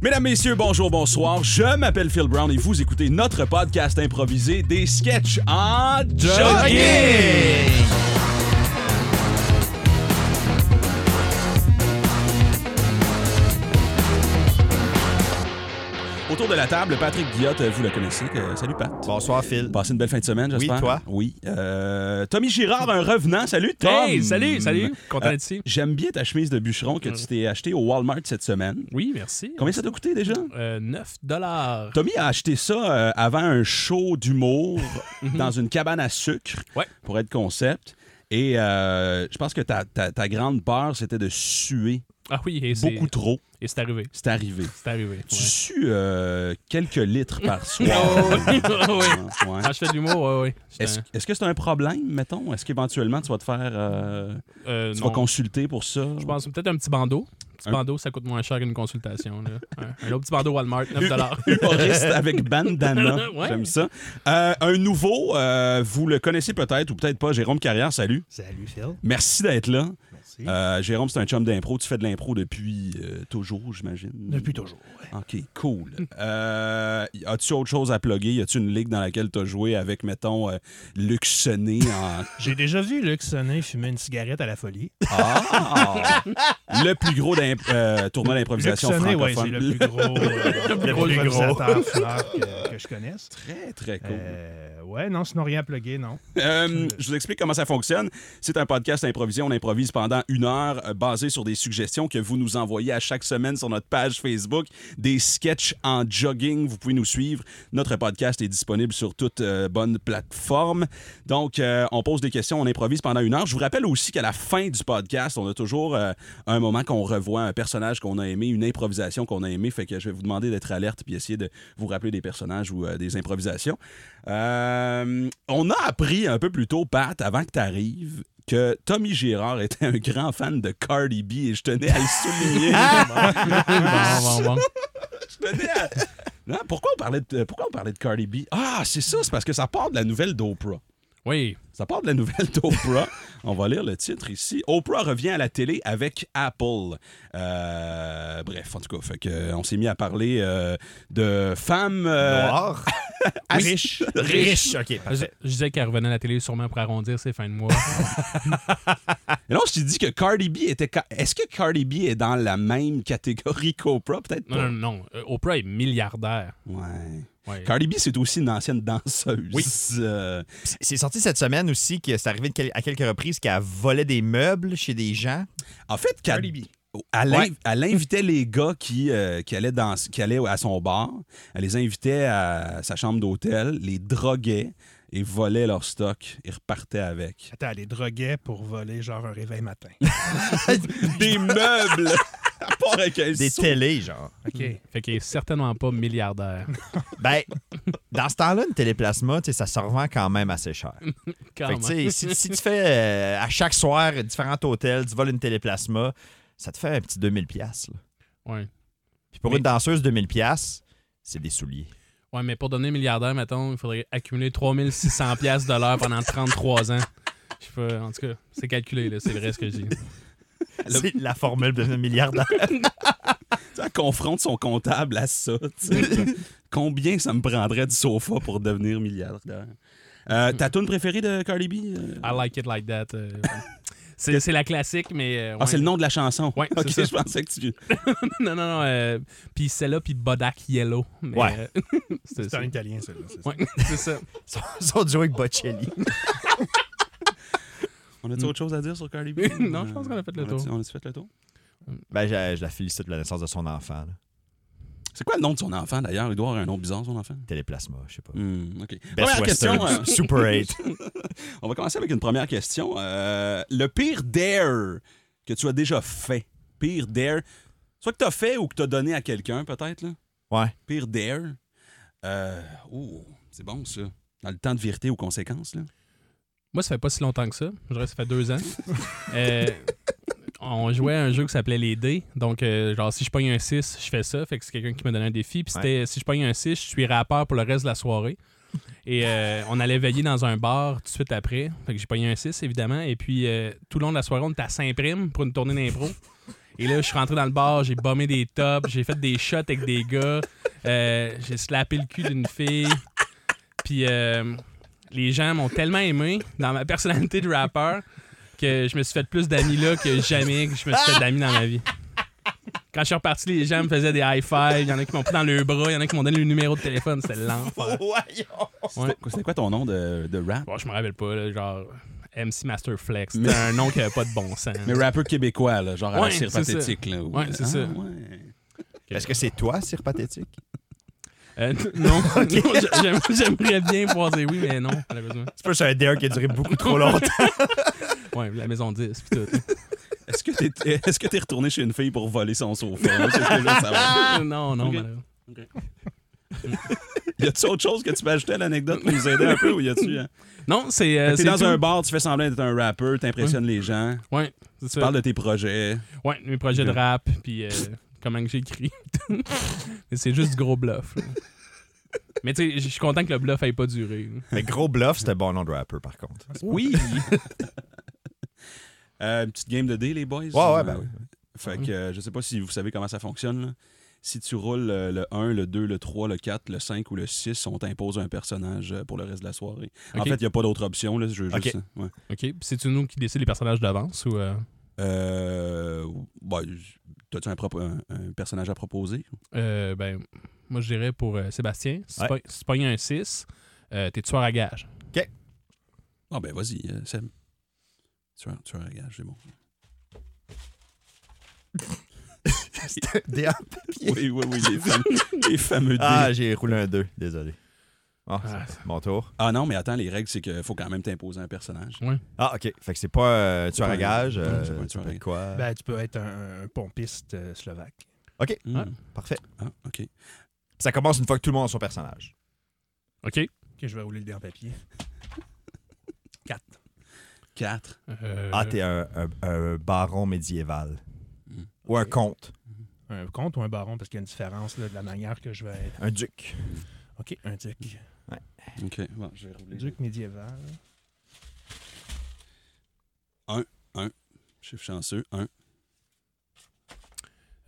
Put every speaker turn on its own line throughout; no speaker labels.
Mesdames, messieurs, bonjour, bonsoir. Je m'appelle Phil Brown et vous écoutez notre podcast improvisé des sketchs en jogging. Autour de la table, Patrick Guillotte, vous le connaissez. que- Salut, Pat.
Bonsoir, Phil.
Passez une belle fin de semaine,
Oui,
j'espère.
toi?
Oui. Euh, Tommy Girard, un revenant. Salut, Tom. Euh,
Hey, salut, salut. Mm. Content d'être ici.
J'aime bien ta chemise de bûcheron que tu t'es achetée au Walmart cette semaine.
Oui, merci.
Combien ça t'a coûté déjà?
Euh, 9 dollars.
Tommy a acheté ça euh, avant un show d'humour dans une cabane à sucre
Mhm. Ouais.
pour être concept. Et euh, je pense que ta, ta- ta grande peur, c'était de suer
Ah oui, et c'est
beaucoup trop.
et c'est arrivé.
C'est arrivé.
C'est arrivé.
Tu
ouais.
sues euh, quelques litres par soir.
Ah hein. oui.
Ouais.
Quand je fais de l'humour, oui, oui.
Est-ce est-ce que c'est un problème, mettons? Est-ce qu'éventuellement, tu vas te faire... euh,
euh,
tu
non.
vas consulter pour ça?
Je pense peut-être un petit bandeau. Un petit
Un-
bandeau, ça coûte moins cher qu'une consultation. là. Un, un autre petit bandeau Walmart, 9 dollars.
humoriste avec bandana.
Ouais.
J'aime ça. Euh, un nouveau, euh, vous le connaissez peut-être ou peut-être pas, Jérôme Carrière, salut.
Salut, Phil.
Merci d'être là.
Merci.
Euh, Jérôme, c'est un chum d'impro. Tu fais de l'impro depuis euh, toujours, j'imagine.
Depuis toujours. ouais.
OK, cool. Euh, As-tu autre chose à plugger? As-tu une ligue dans laquelle tu as joué avec, mettons, euh, Luc Sonné en...
J'ai déjà vu Luc Sonnet fumer une cigarette à la folie.
Ah! le plus gros d'un tournoi
Luc
d'improvisation
Sonnet, ouais, c'est
francophone.
le plus gros, euh, le
gros
plus
du gros.
improvisateur fleur que, que je connaisse.
Très, très cool.
Euh, ouais, non, sinon rien à plugger, non.
Euh, je vous explique comment ça fonctionne. C'est un podcast improvisé. On improvise pendant une heure euh, basé sur des suggestions que vous nous envoyez à chaque semaine sur notre page Facebook. Des sketchs en jogging. Vous pouvez nous suivre. Notre podcast est disponible sur toute euh, bonne plateforme. Donc, euh, on pose des questions, on improvise pendant une heure. Je vous rappelle aussi qu'à la fin du podcast, on a toujours euh, un moment qu'on revoit un personnage qu'on a aimé, une improvisation qu'on a aimé. Fait que je vais vous demander d'être alerte puis essayer de vous rappeler des personnages ou euh, des improvisations. Euh, on a appris un peu plus tôt, Pat, avant que tu arrives, que Tommy Girard était un grand fan de Cardi B et je tenais à le souligner.
bon, bon, bon.
Je tenais à- Non, pourquoi, on parlait de, pourquoi on parlait de Cardi B? Ah, c'est ça, c'est parce que ça part de la nouvelle d'Oprah.
Oui,
Ça part de la nouvelle d'Oprah. On va lire le titre ici. Oprah revient à la télé avec Apple. Euh, bref, en tout cas, fait que on s'est mis à parler euh, de femmes euh,
Noir.
as-
Riche.
riches.
OK,
je,
parfait.
je disais qu'elle revenait à la télé sûrement pour arrondir ses fins de mois.
Et là, on s'est dit que Cardi B était. ca- Est-ce que Cardi B est dans la même catégorie qu'Oprah? Peut-être
Non,
pas.
non, non. Euh, Oprah est milliardaire.
Ouais.
Ouais.
Cardi B, c'est aussi une ancienne danseuse.
Oui.
Euh,
C'est sorti cette semaine aussi que c'est arrivé de quel- à quelques reprises qu'elle volait des meubles chez des gens.
en fait, qu'elle-
Cardi B.
Elle,
Ouais.
inv- elle invitait les gars qui, euh, qui, allaient dans, qui allaient à son bar. Elle les invitait à sa chambre d'hôtel, les droguait et volait leur stock et repartait avec.
Attends, les droguets pour voler genre un réveil matin.
Des meubles! À part avec un
Des
sou.
télés, genre.
OK.
Fait qu'elle est certainement pas milliardaire.
Ben, dans ce temps-là, une téléplasma, tu sais, ça se revend quand même assez cher. Fait que,
Carrément.
tu sais, si, si tu fais euh, à chaque soir différents hôtels, tu voles une téléplasma, ça te fait un petit 2000$. piastres, là.
Ouais.
Puis pour
Mais-
une danseuse, 2000$, piastres, c'est des souliers.
Ouais, mais pour donner milliardaire, mettons, il faudrait accumuler 3600 pièces de l'heure pendant 33 ans. Je sais pas, en tout cas, c'est calculé, là, c'est vrai ce que je dis.
Le-
C'est la formule de milliardaire.
Tu sais, Elle confronte son comptable à ça. tu sais. Combien ça me prendrait du sofa pour devenir milliardaire?
Hmm.
Euh, ta tune préférée de Cardi B? euh?
I like it like that. euh, ouais. c'est c'est la classique, mais. euh,
Ah, c'est
ouais.
le nom de la chanson.
Ouais,
ok,
c'est ça.
je pensais que tu.
Non, non, non. euh, puis celle-là, puis Bodak Yellow. mais,
Ouais.
euh, c'est
C'est
ça.
en italien, celui-là. c'est ça.
Ouais, c'est ça.
son, son duo avec Bocelli.
On a-tu autre chose à dire sur Cardi B?
Hmm.
Euh,
Non, je pense qu'on a fait le
On a-tu-
tour.
On a-tu fait le tour?
Ben, je, je la félicite pour la naissance de son enfant. là.
C'est quoi le nom de son enfant d'ailleurs? Il doit avoir un nom bizarre, son enfant.
Téléplasma, je sais pas.
Hmm, OK.
Best
Première
Western,
question. euh,
Super 8.
on va commencer avec une première question. Euh, le pire dare que tu as déjà fait. Pire dare. Soit que tu as fait ou que tu as donné à quelqu'un, peut-être. là.
Ouais.
Pire dare. Euh, oh, c'est bon, ça. Dans le temps de vérité aux conséquences. Là.
Moi, ça fait pas si longtemps que ça. Je dirais que ça fait deux ans. Euh, on jouait à un jeu qui s'appelait les dés. Donc, euh, genre, si je pogne un 6, je fais ça. Fait que c'est quelqu'un qui me donnait un défi. Puis c'était, si je pogne un 6, je suis rappeur pour le reste de la soirée. Et euh, on allait veiller dans un bar tout de suite après. Fait que j'ai pogné un 6, évidemment. Et puis, euh, tout le long de la soirée, on était à Saint-Prime pour une tournée d'impro. Et là, je suis rentré dans le bar, j'ai bombé des tops, j'ai fait des shots avec des gars, euh, j'ai slappé le cul d'une fille. Puis euh, les gens m'ont tellement aimé dans ma personnalité de rappeur que je me suis fait plus d'amis là que jamais que je me suis fait d'amis dans ma vie. Quand je suis reparti, les gens me faisaient des high five. Il y en a qui m'ont pris dans le bras, il y en a qui m'ont donné le numéro de téléphone. C'était l'enfer.
Voyons.
Ouais.
C'était- C'était quoi ton nom de, de rap?
Bon, je me rappelle pas, là, genre MC Master Flex. C'était un nom qui avait pas de bon sens.
Mais rappeur québécois, là, genre à la
Ouais,
cire
c'est ça.
pathétique. Là, ou-
Ouais, c'est
Ah,
ça.
ouais.
Est-ce que c'est toi, Sir Pathétique?
Euh, non, non, j'a- j'aime- j'aimerais bien pouvoir dire oui, mais non, malheureusement.
C'est pas un DR qui a duré beaucoup trop longtemps.
Ouais, la maison 10, pis tout.
Est-ce que t'es est-ce que t'es retourné chez une fille pour voler son sofa? C'est ce que je veux savoir.
non,
Ah!
non,
Ok.
malheureusement.
Y a-tu autre chose que tu peux ajouter à l'anecdote pour nous aider un peu ou y a-tu. hein?
Non, c'est. euh,
T'es
c'est
dans
tout.
un bar, tu fais semblant d'être un rappeur, t'impressionnes les gens,
Ouais, c'est
tu
ça.
parles de tes projets.
Ouais, mes projets de
Ok.
rap, puis euh, comment que j'écris. mais c'est juste du gros bluff. là. Mais tu sais, je suis content que le bluff ait pas duré. là.
Mais gros bluff, c'était bon nom de rapper, par contre.
Oui!
Euh, une petite game de dés, les boys.
Ouais, ouais, ben oui.
Fait que euh, je sais pas si vous savez comment ça fonctionne. là. Si tu roules euh, le 1, le 2, le 3, le 4, le 5 ou le 6, on t'impose un personnage euh, pour le reste de la soirée. En
Ok.
fait, il n'y a pas d'autre option. Là, je veux juste- euh, ouais.
Ok, puis c'est-tu nous qui décide les personnages d'avance ou. euh,
Euh, bah, j- T'as-tu un, propo- un- un personnage à proposer?
euh, ben, moi je dirais pour euh, Sébastien, si tu
Ouais.
pognes- si tu pognes un 6, euh, t'es tueur à gage.
Ah ben vas-y, euh, Sam. Tu as, tu as un gage, c'est bon.
C'était un DR.
Oui, oui, oui, les fameux, les fameux dés.
Ah, j'ai roulé un 2, désolé. Ah,
Ah,
c'est mon tour.
Ah non, mais attends, les règles, c'est qu'il faut quand même t'imposer un personnage.
Ah, OK. Fait que c'est pas euh, tueur
pas un-
à gage.
non, c'est pas un
euh,
tueur
ça
à
peut
gage.
être quoi?
Ben, tu peux être un, un pompiste euh, slovaque.
Hmm.
Ouais.
Parfait.
Ah, OK.
Ça commence une fois que tout le monde a son personnage.
Ok.
Que je vais rouler le dé en papier.
4.
Euh,
Ah, t'es un, un- un baron médiéval.
Mm.
Ou un comte.
Hmm.
Un comte ou un baron, parce qu'il y a une différence là, de la manière que je vais être.
Un duc.
OK, un duc.
OK, bon, je vais rouler.
Duc médiéval.
Chiffre chanceux, 1.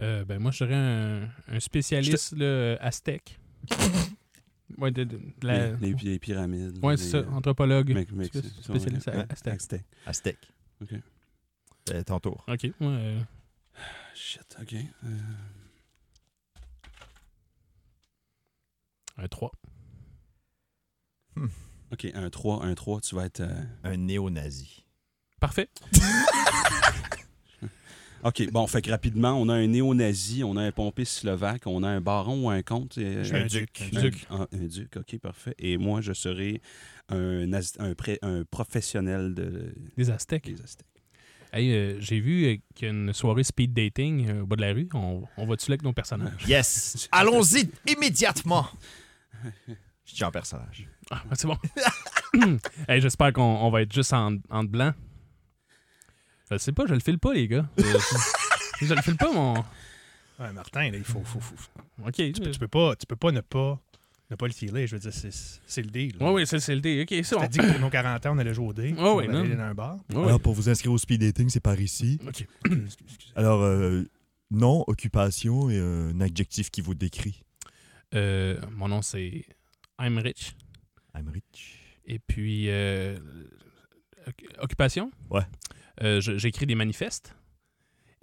Euh, ben moi, je serais un, un spécialiste là, euh, aztèque. ouais, de, de- de la...
Les, les pi- les pyramides.
ouais
les,
c'est ça,
euh,
anthropologue.
mec- mec-
C'est-
c'est- c'est-
spécialiste
ouais,
aztèque.
aztèque.
Aztèque.
OK.
C'est ton tour.
Ok, moi, euh,
Ah, Shit, OK. Euh,
un 3.
OK, un 3, un 3, tu vas être... euh,
Un néo-nazi.
Parfait.
OK, bon, fait que rapidement, on a un néo-nazi, on a un pompiste slovaque, on a un baron ou un comte. et-
Je suis
un-
un duc.
Un
Duc.
ah, un duc, OK, parfait. Et moi, je serai un, az- un, pré- un professionnel de...
Des aztèques.
des Aztèques.
Hey, euh, j'ai vu euh, qu'il y a une soirée speed dating euh, au bas de la rue. On, on va-tu là avec nos personnages?
Yes! Allons-y immédiatement! Je suis en personnage.
Ah, ben, c'est bon. Hey, j'espère qu'on on va être juste en, en blanc. Je le sais pas, je le file pas, les gars. Euh, Je, je le file pas, mon...
Ouais, Martin, là, il faut. faut, faut, faut-
Ok.
Tu, peux, tu peux pas, tu peux pas ne pas ne pas le filer. Je veux dire, c'est- c'est le deal. là.
Ouais, ouais, ça, c'est le dé. Ok, c'est
Je t'ai
bon.
dit que pour nos 40 ans, on allait jouer au dé.
Ouais, ouais,
on
non.
allait aller dans un bar.
Ouais, ouais.
pour vous inscrire au speed dating, c'est par ici.
Ok.
Alors, euh, nom, occupation et euh, un adjectif qui vous décrit.
Euh, mon nom, c'est I'm Rich.
I'm rich.
Et puis, euh, oc- occupation.
Ouais.
Euh, je- J'écris des manifestes.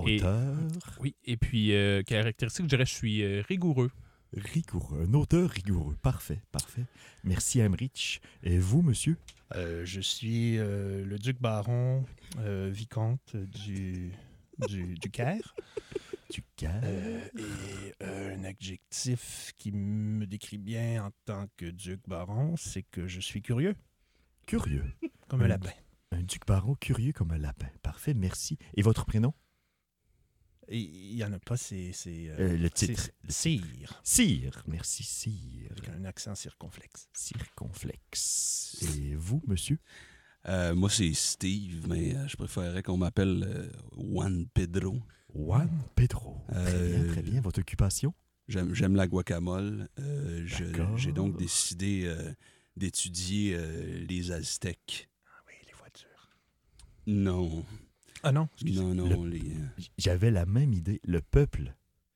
Et-
Auteur
Oui. Et puis, euh, caractéristique, je dirais, je suis euh, rigoureux.
rigoureux. Un auteur rigoureux. Parfait, parfait. Merci, I'm rich. Et vous, monsieur
Euh, je suis euh, le duc baron euh, vicomte du, du, du Caire.
Tu calmes.
Euh, et euh, un adjectif qui me décrit bien en tant que duc baron, c'est que je suis curieux,
Curieux.
comme un lapin.
Un duc baron curieux comme un lapin. Parfait, merci. Et votre prénom
Et Il n'y en a pas, c'est. c'est, euh,
Euh, Le
c'est-
titre.
c'est Sire,
Sire. Merci, Sire.
avec un accent circonflexe.
Circonflexe. Et vous, monsieur
Euh, moi, c'est Steve, mais euh, je préférerais qu'on m'appelle euh, Juan Pedro.
Juan Pedro. Très bien,
Euh,
très bien. Votre occupation
J'aime, j'aime la guacamole. Euh, je-
D'accord.
j'ai donc décidé euh, d'étudier euh, les Aztèques.
Ah oui, les voitures.
Non.
Ah non.
Non, non, les, euh,
J'avais la même idée. Le peuple,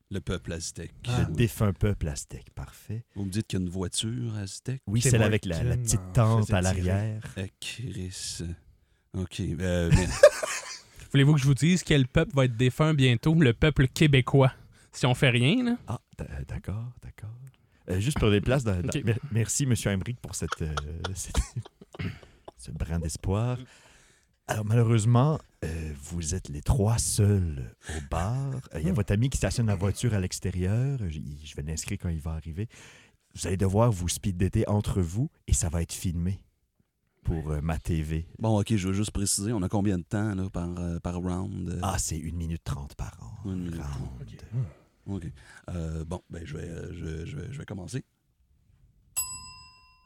le peuple aztèque.
Ah.
le
Ouais.
défunt peuple aztèque, parfait.
Vous me dites qu'il y a une voiture aztèque?
Oui,
Tim
celle avec la, la
Burton
petite
en
tente
faisait
à
tirer.
l'arrière.
Eh, Chris. OK. euh, mais-
Voulez-vous que je vous dise quel peuple va être défunt bientôt? Le peuple québécois. Si on fait rien, là.
Ah, d- euh, d'accord, d'accord. Euh, juste pour les places. dans- dans-
Ok.
mer- Merci, M. Emmerich, pour cette, euh, cette- ce brin d'espoir. Alors, malheureusement, euh, vous êtes les trois seuls au bar. Euh, Il
Ah.
y a votre ami qui stationne la voiture à l'extérieur. Je, il- je vais l'inscrire quand il va arriver. Vous allez devoir vous speed dater entre vous et ça va être filmé pour euh, ma TV.
Bon, OK, je veux juste préciser, on a combien de temps là, par, euh, par round? euh?
Ah, c'est 1 minute 30 par an.
Une minute trente.
Round.
OK. Euh, bon, ben, je vais, euh, je, je vais, je vais commencer.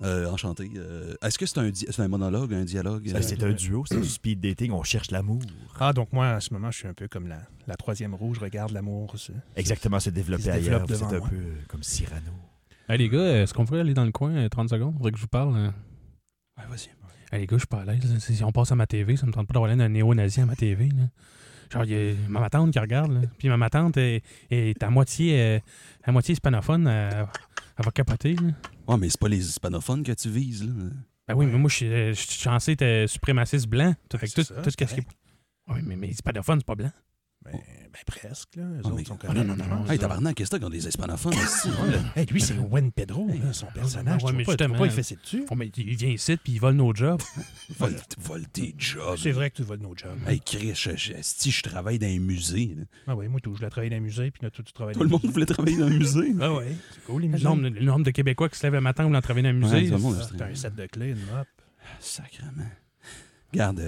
Euh, enchanté. euh, Est-ce que c'est un, di- c'est un monologue, un dialogue?
Euh, C'est un duo, c'est du speed dating, on cherche l'amour.
Ah, donc moi, à ce moment, je suis un peu comme la, la troisième roue. Je regarde l'amour. c'est-
Exactement, se
Il
développer
se développe
ailleurs. C'est
devant
un
moi.
peu euh, comme Cyrano.
Hey, les gars, euh, est-ce qu'on pourrait aller dans le coin euh, 30 secondes? Faudrait que je vous parle. hein.
Ouais, vas-y.
Euh,
Hey, les gars, je suis pas à l'aise. là. Si on passe à ma TV, ça me tente pas d'avoir l'air d'un néo-nazi à ma TV. Là. Genre, il y a ma tante qui regarde. là. Puis ma tante est, est à moitié euh, à moitié hispanophone. Elle, elle va capoter. là.
Ah, mais c'est pas les hispanophones que tu vises, là.
Ben oui, mais moi, je suis, euh, je suis censé être euh, suprémaciste blanc. Tout, fait que
c'est
tout,
ça,
tout
c'est
ce qui est- Oui, mais, mais hispanophone, c'est pas blanc.
Ben, ben, presque, là. Eux
Ah,
autres
mais-
sont
ah,
corrects,
non, non, non,
je pense.
Hey, tabarnak, qu'est-ce que t'as contre les hispanophones ici? là?
Hey, lui, c'est Wen Pedro, là, son personnage.
ouais,
tu
mais
vois pas, tu vois
justement.
pas, il fait ses dessus.
Faut- mais il vient ici, puis il vole nos jobs.
Vol, vol tes jobs.
C'est vrai que tu voles nos jobs.
Hey, Chris, je, je- si je travaille dans un musée, là.
Ah ouais, moi, tout, je voulais travailler dans le musée, puis là, toi, tu travailles dans
tout le monde voulait travailler dans un musée.
Ah ouais, c'est cool, les
Le
musées.
nombre, le nombre de Québécois qui se lèvent le matin pour travailler dans le
Ouais,
musée.
tout le monde,
Ah,
c'est-
T'as un set de clés, une map.
Sacrement. Garde.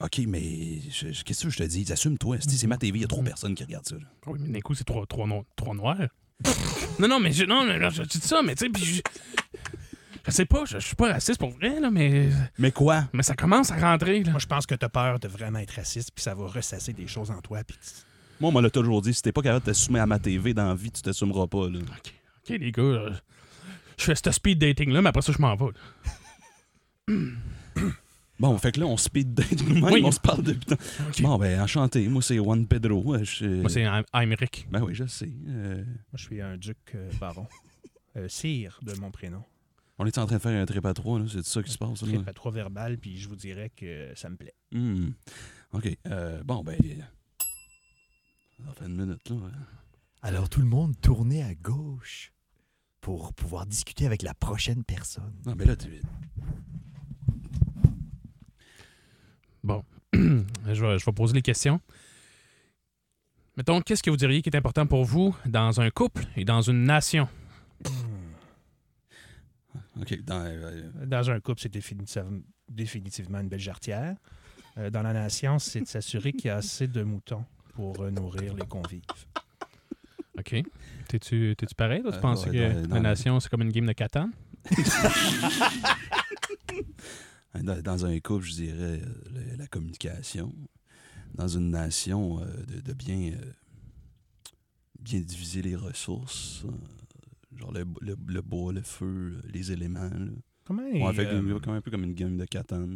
OK, mais je- je- qu'est-ce que je te dis? Assume-toi. esti, C'est ma TV, il y a trop
Mm-hmm.
personnes qui regardent ça. là.
Oui, mais d'un coup, c'est trois, trois, no- trois noirs. non, non, mais je, non, mais là, je dis ça, mais tu sais, puis je, je sais pas, je, je suis pas raciste pour vrai, là, mais,
Mais quoi?
mais ça commence à rentrer, là.
Moi, je pense que t'as peur de vraiment être raciste, puis ça va ressasser des choses en toi, puis tu-
Moi, on m'a l'a toujours dit. Si t'es pas capable de t'assumer à ma TV dans la vie, tu t'assumeras pas. Là.
OK, OK, les gars, euh, je fais ce speed dating-là, mais après ça, je m'en vais. là.
Bon, fait que là, on speed date nous-mêmes,
Oui.
on se parle depuis tant.
OK.
Bon, ben, enchanté. Moi, c'est Juan Pedro. euh, Je...
Moi, c'est Im- Imric.
Ben oui, je sais. Euh,
Moi, je suis un duc euh, baron. Euh, sire de mon prénom.
On est en train de faire un trip à trois, là. C'est ça qui se passe, là?
Très pas trop verbal, puis je vous dirais que ça me plaît.
Hmm. OK. euh, bon, ben. Ça fait une minute, là.
Alors tout le monde tournait à gauche pour pouvoir discuter avec la prochaine personne.
Non, mais là, tu.
je, vais, je vais poser les questions. Mettons, qu'est-ce que vous diriez qui est important pour vous dans un couple et dans une nation?
OK. Dans, euh,
Dans un couple, c'est définitive- définitivement une belle jarretière. Euh, dans la nation, c'est de s'assurer qu'il y a assez de moutons pour euh, nourrir les convives.
OK. T'es-tu t'es-tu pareil? toi? Tu
Euh,
penses
ouais,
que
non,
la
non.
nation, c'est comme une game de Catan?
Hein, Dans, dans un couple, je dirais euh, le- la communication. Dans une nation, euh, de, de bien, euh, bien diviser les ressources. euh, genre le, le- le bois, le feu, euh, les éléments. là.
Comment,
On
les,
fait
euh,
comme- un peu comme une game de Catan.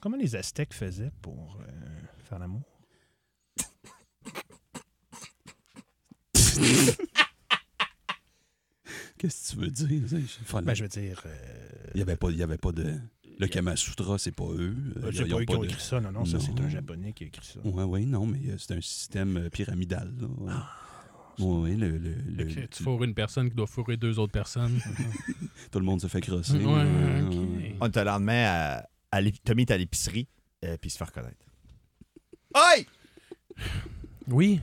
comment les Aztèques faisaient pour euh, faire l'amour?
Qu'est-ce que tu veux dire? C'est- c'est fun.
Ben, je veux dire... euh,
Il n'y avait, pas- il y avait pas de. Le Kama Sutra, c'est pas eux.
euh,
Euh,
c'est
ils
pas
ont
eux
pas
qui ont
de-
écrit ça, non, non, ça, c'est
Non.
un Japonais qui a écrit ça.
Ouais, ouais, non, mais euh, c'est un système euh, pyramidal. là, ouais.
Ah.
Ouais, ouais, le, le- le-
Ok, tu fourres une personne qui doit fourrer deux autres personnes.
tout le monde se fait crosser.
Ouais,
ouais,
ok.
ouais.
On est le lendemain à, à l'ép- Tommy est à l'épicerie euh, puis se faire connaître. Hey!
Oui.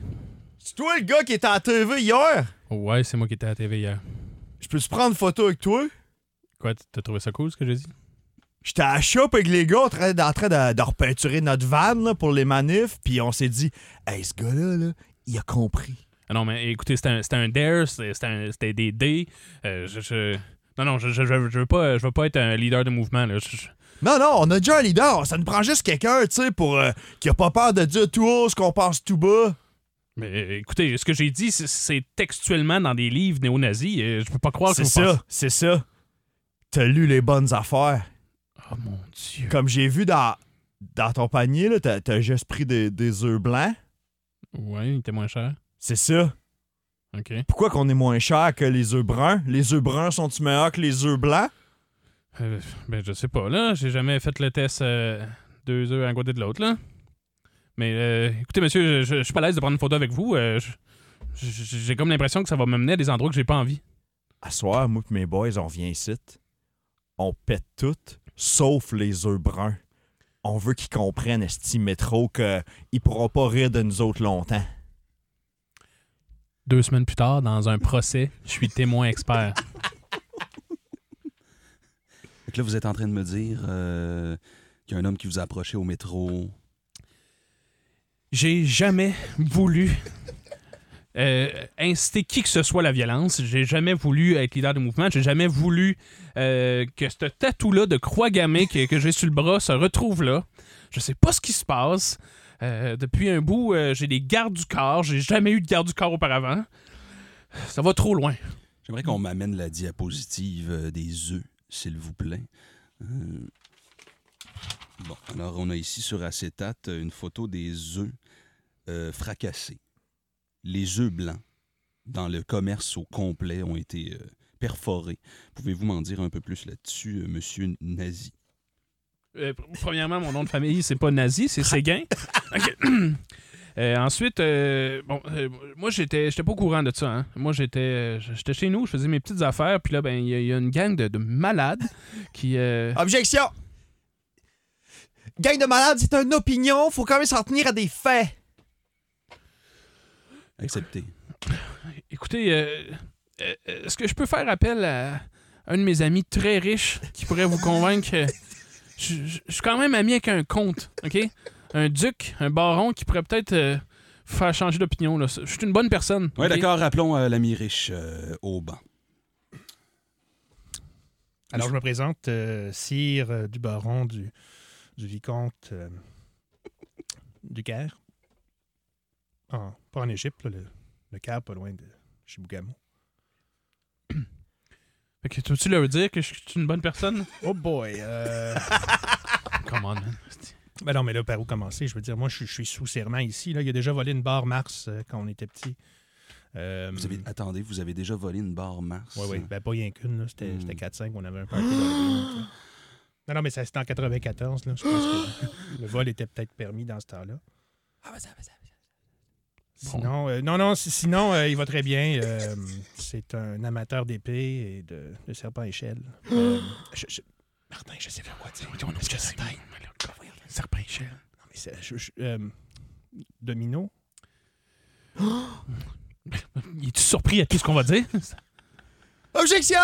C'est toi le gars qui était à la TV hier?
Ouais, c'est moi qui étais à la TV hier.
Je peux-tu prendre photo avec toi?
Quoi, t- t'as trouvé ça cool ce que j'ai dit?
J'étais à la shop avec les gars en train, en train de, de repeinturer notre van là, pour les manifs, puis on s'est dit, hey, ce gars-là, là, il a compris.
Ah non, mais écoutez, c'était un, c'était un dare, c'était c'était un- c'était des dés. Euh, je, je- Non, non, je, je, je- je veux pas, je veux pas être un leader de mouvement. Là. Je- je-
Non, non, on a déjà un leader, ça nous prend juste quelqu'un, tu sais, pour euh, qui a pas peur de dire tout haut ce qu'on pense tout bas.
Mais euh, écoutez, ce que j'ai dit, c'est- c'est textuellement dans des livres néo-nazis. Euh, Je peux pas croire que
C'est
vous pensez-
ça, c'est ça. T'as lu les bonnes affaires.
Oh mon dieu.
Comme j'ai vu dans, dans ton panier, là, t'as, t'as juste pris des, des œufs blancs.
Ouais, il était moins cher.
C'est ça.
OK.
Pourquoi qu'on est moins cher que les œufs bruns? Les œufs bruns sont-ils meilleurs que les œufs blancs?
Euh, ben, je sais pas, là. J'ai jamais fait le test euh, deux œufs à côté de l'autre, là. Mais euh, écoutez, monsieur, je, je- je suis pas à l'aise de prendre une photo avec vous. euh, je- je- j'ai comme l'impression que ça va me mener à des endroits que j'ai pas envie.
À soir, moi et mes boys, on vient ici. On pète tout, sauf les œufs bruns. On veut qu'ils comprennent, Esti Métro, qu'ils pourront pas rire de nous autres longtemps.
Deux semaines plus tard, dans un procès, je suis témoin expert.
Fait que là, vous êtes en train de me dire euh, qu'il y a un homme qui vous a approché au métro.
J'ai jamais voulu euh, inciter qui que ce soit à la violence. J'ai jamais voulu être leader du mouvement. J'ai jamais voulu euh, que ce tatou-là de croix gammée que, que j'ai sur le bras se retrouve là. Je sais pas ce qui se passe. Euh, depuis un bout, euh, j'ai des gardes du corps. J'ai jamais eu de garde du corps auparavant. Ça va trop loin.
J'aimerais qu'on m'amène la diapositive euh, des œufs, s'il vous plaît. Euh, Bon, alors on a ici sur acétate euh, une photo des œufs euh, fracassés. Les œufs blancs, dans le commerce au complet, ont été euh, perforés. Pouvez-vous m'en dire un peu plus là-dessus, euh, monsieur Nazi?
Euh, pr- premièrement, mon nom de famille, c'est pas nazi, c'est Séguin. Ok. Euh, ensuite, euh, bon, euh, moi, j'étais j'étais pas au courant de ça. hein. Moi, j'étais euh, j'étais chez nous, je faisais mes petites affaires, puis là, ben, il y, a- il y a une gang de, de malades qui. euh,
Objection! Gang de malades, c'est une opinion, faut quand même s'en tenir à des faits.
Accepté.
Écoutez, euh, euh, est-ce que je peux faire appel à un de mes amis très riche qui pourrait vous convaincre que je, je- je suis quand même ami avec un comte, OK? Un duc, un baron qui pourrait peut-être euh, faire changer d'opinion. là. Je suis une bonne personne.
Oui,
OK?
d'accord, rappelons euh, l'ami riche euh, au banc.
Alors, je me présente, euh, sire euh, du baron du, du vicomte euh, du Caire. En- pas en Égypte, là, le, le Caire, pas loin de Chibougamau.
Fait que tu veux-tu leur dire que je suis une bonne personne?
Oh boy! euh,
Come on, man.
ben non, mais là, par où commencer? Je veux dire, moi, je, suis- je suis sous serment ici. Là. Il a déjà volé une barre Mars euh, quand on était petit. Euh,
Vous avez, attendez, vous avez déjà volé une barre Mars.
Oui, oui. Ben, pas rien qu'une, là. C'était
Hmm.
c'était 4-5, on avait un party. dans le monde, t'sais. non, non, mais ça, c'était en 94, là. Je pense que le vol était peut-être permis dans ce temps-là. Sinon, euh, non, non, si- sinon, euh, il va très bien. Euh, c'est un amateur d'épée et de, de serpent à échelle. Euh, je- je- Martin, je sais pas quoi dire.
Oui, on a oublié ça. Serpent échelle.
Non, mais c'est- je- je- euh, domino?
Il est surpris à tout ce qu'on va dire?
Objection!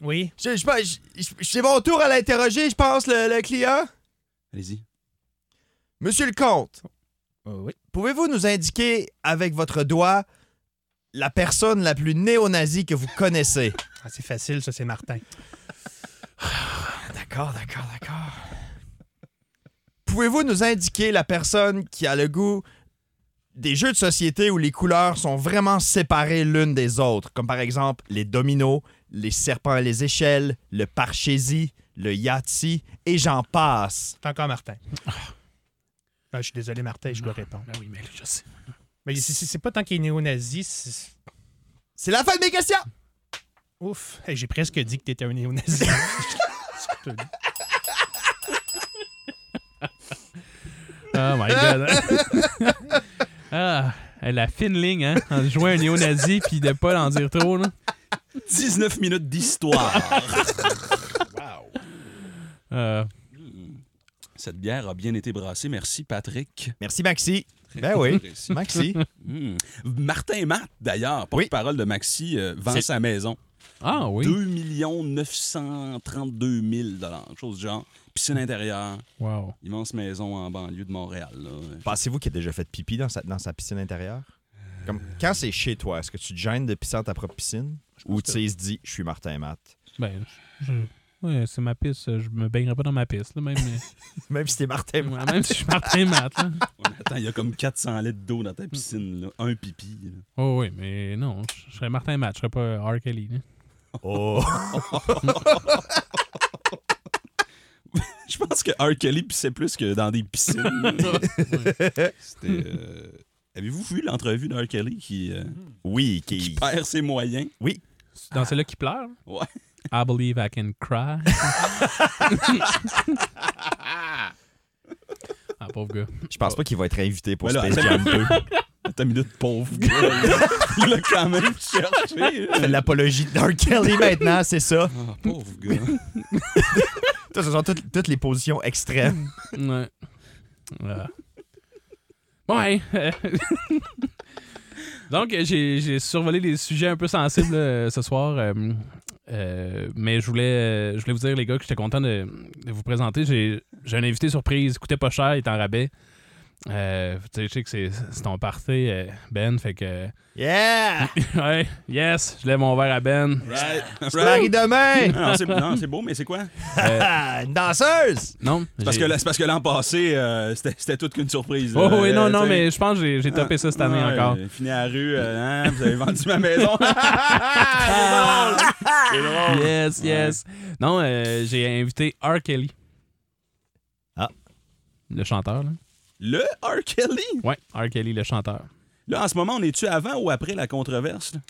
Oui.
Je- je pense- je- je- C'est mon tour à l'interroger, je pense, le, le client.
Allez-y.
Monsieur le comte,
Euh, oui.
pouvez-vous nous indiquer avec votre doigt la personne la plus néo-nazie que vous connaissez?
Ah, c'est facile, ça, c'est Martin.
D'accord, d'accord, d'accord. Pouvez-vous nous indiquer la personne qui a le goût des jeux de société où les couleurs sont vraiment séparées l'une des autres, comme par exemple les dominos, les serpents et les échelles, le parchési, le yahtzee, et j'en passe.
C'est encore Martin. Ah, je suis désolé, Martin, je dois répondre.
Ben oui, mais je sais.
Mais c'est- c'est c'est pas tant qu'il est néo-nazi, c'est-
C'est la fin de mes questions!
Ouf, Hey, j'ai presque dit que t'étais un néo-nazi. Je te le dis.
Oh my God. ah, la fine ligne, hein? En jouant un néo-nazi puis de pas en dire trop, là.
19 minutes d'histoire.
Euh,
Cette bière a bien été brassée. Merci, Patrick.
Merci, Maxi. Ben oui,
Merci.
Maxi.
Hmm. Martin Matt, d'ailleurs,
Oui.
porte-parole de Maxi, euh, vend
C'est-
sa maison.
Ah oui.
2 932 000 quelque chose du genre. Piscine intérieure,
Wow.
immense maison en banlieue de Montréal. là.
Pensez-vous qu'il a déjà fait pipi dans sa, dans sa piscine intérieure? Comme, quand c'est chez toi, est-ce que tu te gênes de pisser dans ta propre piscine? Ou tu sais, il se dit, je suis Martin Matt.
Ben, je... Ouais, c'est ma piste. Je me baignerai pas dans ma piste, là, même,
Même si t'es Martin Matt.
Ouais, même si je suis Martin Matt, là.
Ouais, mais Attends, il y a comme 400 litres d'eau dans ta piscine. là. Un pipi. là.
Oh oui, mais non, je- je serais Martin Matt, je serais pas R. Kelly, là.
Oh.
Je pense que R. Kelly pissait plus que dans des piscines. C'était, euh, Avez-vous vu l'entrevue d'R. Kelly qui, euh,
Oui,
qui
Mm-hmm.
qui.
perd ses moyens?
Dans celle-là qui pleure.
Ouais.
I believe I can cry. ah, pauvre gars.
Je pense pas qu'il va être invité pour
Mais là,
Space Jam 2.
Attends une minute, pauvre gars. Il a quand même cherché.
Fait L'apologie de R. Kelly maintenant, c'est ça.
Ah, pauvre gars.
Ça, ce sont toutes, toutes les positions extrêmes.
Ouais. Voilà. Ouais. euh, Donc, euh, j'ai j'ai survolé les sujets un peu sensibles euh, ce soir. euh, euh, mais je voulais, euh, je voulais vous dire, les gars, que j'étais content de, de vous présenter. J'ai j'ai un invité surprise. Il coûtait pas cher, il est en rabais. Euh, tu sais, je sais que c'est c'est ton party, euh, Ben. Fait que.
Yeah!
ouais, yes, je lève mon verre à Ben.
Right.
Se marie
right.
demain!
Non, c'est- Non, c'est beau, mais c'est quoi?
Euh,
Ah, une danseuse!
non,
C'est Parce
j'ai-
que là- c'est parce que l'an passé, euh, c'était c'était toute qu'une surprise.
Oh, oui,
Euh,
non, non,
t'sais.
mais je pense que j'ai- j'ai topé ça cette année
Ah, Ouais,
encore.
Fini à la rue, euh, hein, vous avez vendu ma maison. c'est drôle. C'est drôle.
Yes, yes. Non, euh, j'ai invité R. Kelly.
Ah.
Le chanteur, là.
Le R. Kelly.
Ouais, R. Kelly, le chanteur.
Là, en ce moment, on est-tu avant ou après la controverse? là?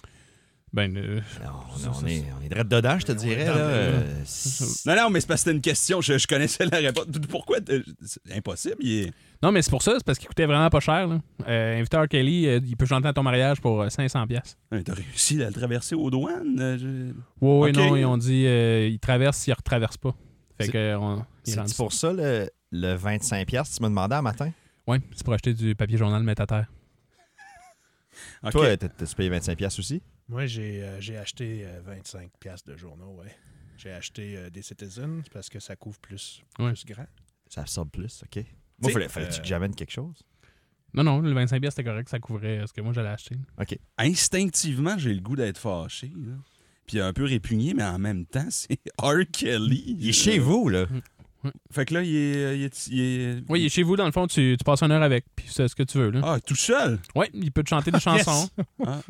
Ben, euh,
Non, non, on est, on est direct dedans, je te dirais. Là. Euh, si-
Non, non, mais c'est parce que c'était une question. Je, je connaissais la réponse. Pourquoi? t'es- C'est impossible. il est-
non, mais c'est pour ça, c'est parce qu'il coûtait vraiment pas cher, là. Euh, invité R. Kelly, euh, il peut chanter à ton mariage pour euh, 500$. piastres.
Hein, T'as réussi à le traverser aux douanes? euh, je-
Ouais, ouais,
Ok.
non, ils ont dit, euh, il traverse, il retraverse pas. Fait
C'est-
que, euh, on- il est
C'est
rendu-
pour ça le, le 25$, tu m'as demandé un matin.
Ouais, c'est pour acheter du papier journal mettre à terre.
Ok.
Toi, t'as- t'as-tu payé 25$ aussi?
Moi, j'ai euh, j'ai acheté euh, 25 pièces de journaux, ouais. J'ai acheté euh, des Citizens parce que ça couvre plus,
Ouais.
plus grand.
Ça absorbe plus, OK.
T'sais,
Moi, fallait- fallait-tu
euh,
que j'amène quelque chose?
Non, non, le 25$, piastres, c'était correct, ça couvrait euh, ce que moi j'allais acheter.
Instinctivement, j'ai le goût d'être fâché. là. Puis un peu répugné, mais en même temps, c'est R. Kelly. euh,
Il est chez vous, là.
Fait que là, il est. euh, Il est, il est-
Oui, il est chez vous, dans le fond, tu, tu passes une heure avec, puis c'est ce que tu veux, là.
Ah, tout seul?
Ouais, il peut te chanter des chansons.
Ah,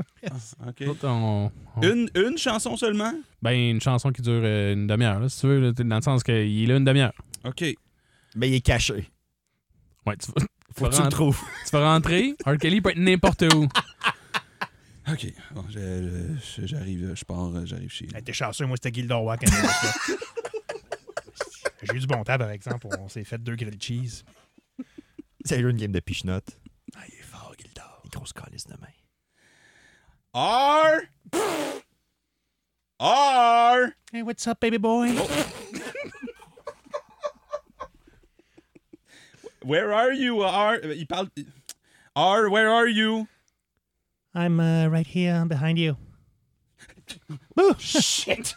OK.
Écoute, on- on-
Une, une chanson seulement?
Ben, une chanson qui dure euh, une demi-heure, là, si tu veux, là, dans le sens qu'il est là une demi-heure.
OK.
Mais il est caché.
Ouais, tu vas, tu
Faut que tu
vas
le
rentrer-
trouves.
tu vas rentrer, R. Kelly peut être n'importe où.
OK. Bon, je- je- je- j'arrive, je pars, euh, j'arrive chez nous.
Hey, T'es chanceux, moi, c'était Gildor Wack. quand j'étais là. J'ai eu du bon temps, par exemple. On s'est fait deux grilled cheese.
C'est une game de pichenote.
Ah, il est fort, Gildor.
Des grosses calices de main.
R! R!
Hey, what's up, baby boy?
Where are you, uh, R? Il parle... R, where are you?
I'm uh, right here, I'm behind you.
Shit!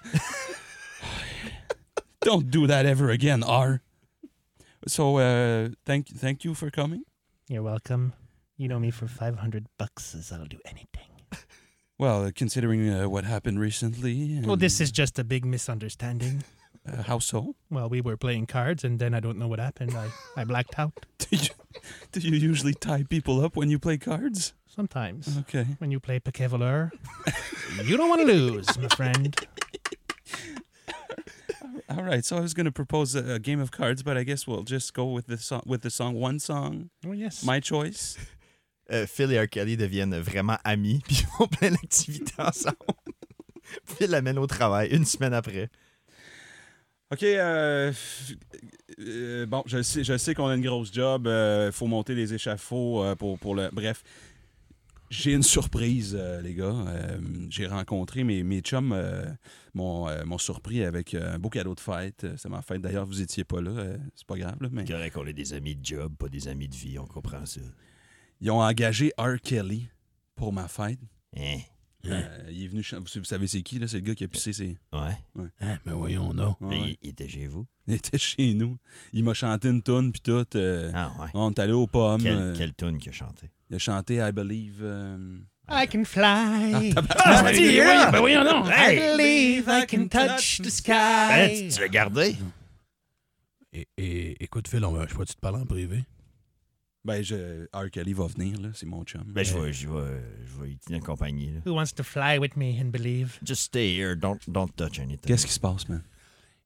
Don't do that ever again, R. So, uh, thank, thank you for coming.
You're welcome. You know me for 500 bucks, I'll do anything.
Well, considering uh, what happened recently... and,
Well, this is just a big misunderstanding.
uh, how so?
Well, we were playing cards, and then I don't know what happened. I, I blacked out.
Do you, do you usually tie people up when you play cards?
Sometimes,
Okay.
when you play Pokevler, you don't want to lose, my friend.
All right, so I was going to propose a, a game of cards, but I guess we'll just go with the song. With the song, one song,
Oh, yes.
my choice.
Euh, Phil et R. Kelly deviennent vraiment amis, puis ils font plein d'activités ensemble. Phil l'amène au travail une semaine après.
Ok, euh, f- euh, bon, je sais, je sais qu'on a une grosse job. euh, faut monter les échafauds euh, pour pour le. Bref, j'ai une surprise, euh, les gars. Euh, j'ai rencontré mes mes chums, euh, m'ont euh, m'ont surpris avec euh, un beau cadeau de fête. Euh, C'est ma fête. D'ailleurs, vous étiez pas là. euh, C'est pas grave, là, mais
correct qu'on ait des amis de job, pas des amis de vie, on comprend ça.
ils ont engagé R. Kelly pour ma fête.
Hein?
Euh, il est venu. chan- Vous, vous savez c'est qui là C'est le gars qui a pissé. C'est.
Ouais.
Ah, mais voyons donc.
Ouais, ouais.
Il était chez vous.
Il était chez nous. Il m'a chanté une toune, puis tout. euh,
Ah ouais.
On est allé aux pommes.
Quelle
euh,
quel tune qu'il a chanté.
Il a chanté I Believe. euh,
I can fly.
Ah, ben, oui, ben voyons donc.
I believe I can touch the sky.
Hein, tu l'as gardé?
Et, écoute, Phil, on, je peux-tu te parler en privé?
Ben, je... R. Kelly va venir, là. C'est mon chum.
Ben, je vais, je vais, je vais y tenir compagnie. Là.
Who wants to fly with me and believe?
Just stay here, don't, don't touch anything.
Qu'est-ce qui se passe, man?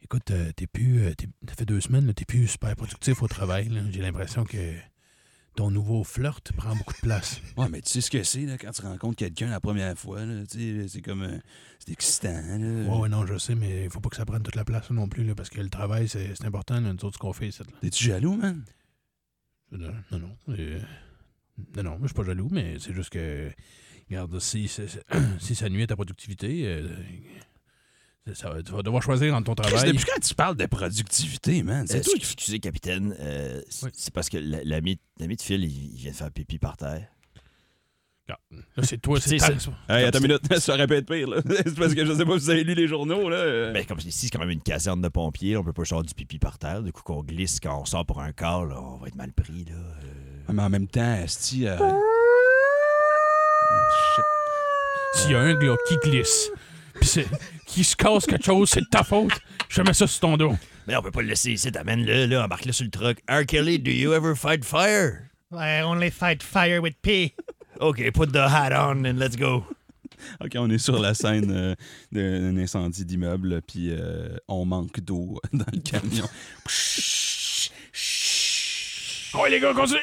Écoute, euh, t'es plus. euh, t'es- ça fait deux semaines, là, t'es plus super productif au travail. là. J'ai l'impression que ton nouveau flirt prend beaucoup de place.
Ouais, mais tu sais ce que c'est, là, quand tu rencontres quelqu'un la première fois, là, tu sais, c'est comme. euh, c'est excitant, là.
Ouais, ouais, non, je sais, mais il faut pas que ça prenne toute la place non plus, là, parce que le travail, c'est c'est important, là, nous autres, ce qu'on fait ici. là.
T'es-tu jaloux, man?
Non, non, non. euh, non, non, je suis pas jaloux, mais c'est juste que. Regarde, si, si, si ça nuit à ta productivité, euh, ça- ça- tu vas devoir choisir entre ton
Chris,
travail.
depuis quand tu parles de productivité, man? C'est
Euh,
toi qui.
Excusez, capitaine. euh, c'est
Oui.
c'est parce que la- l'ami l'ami de Phil, il, il vient de faire pipi par terre.
Là, C'est toi, c'est
Tu sais,
ta-
Hey, attends une minute, ça aurait pu être pire, là. c'est parce que je sais pas si vous avez lu les journaux, là. euh.
Ben, comme ici, c'est quand même une caserne de pompiers. là, on peut pas sortir du pipi par terre. Du coup, qu'on glisse quand on sort pour un corps, là, on va être mal pris. Là. Euh,
Ouais, mais en même temps, Asti. euh, shit.
S'il y a un gars qui glisse, pis c'est- qui se casse quelque chose, c'est de ta faute. Je mets ça sur ton dos.
Mais on peut pas le laisser ici. T'amènes-le, là, embarque-le sur le truck. R. Kelly, do you ever fight fire?
I only fight fire with pee.
OK, put the hat on and let's go.
Ok, on est sur la scène euh, d'un d'un incendie d'immeuble, puis euh, on manque d'eau dans le camion.
Oh les gars, continue!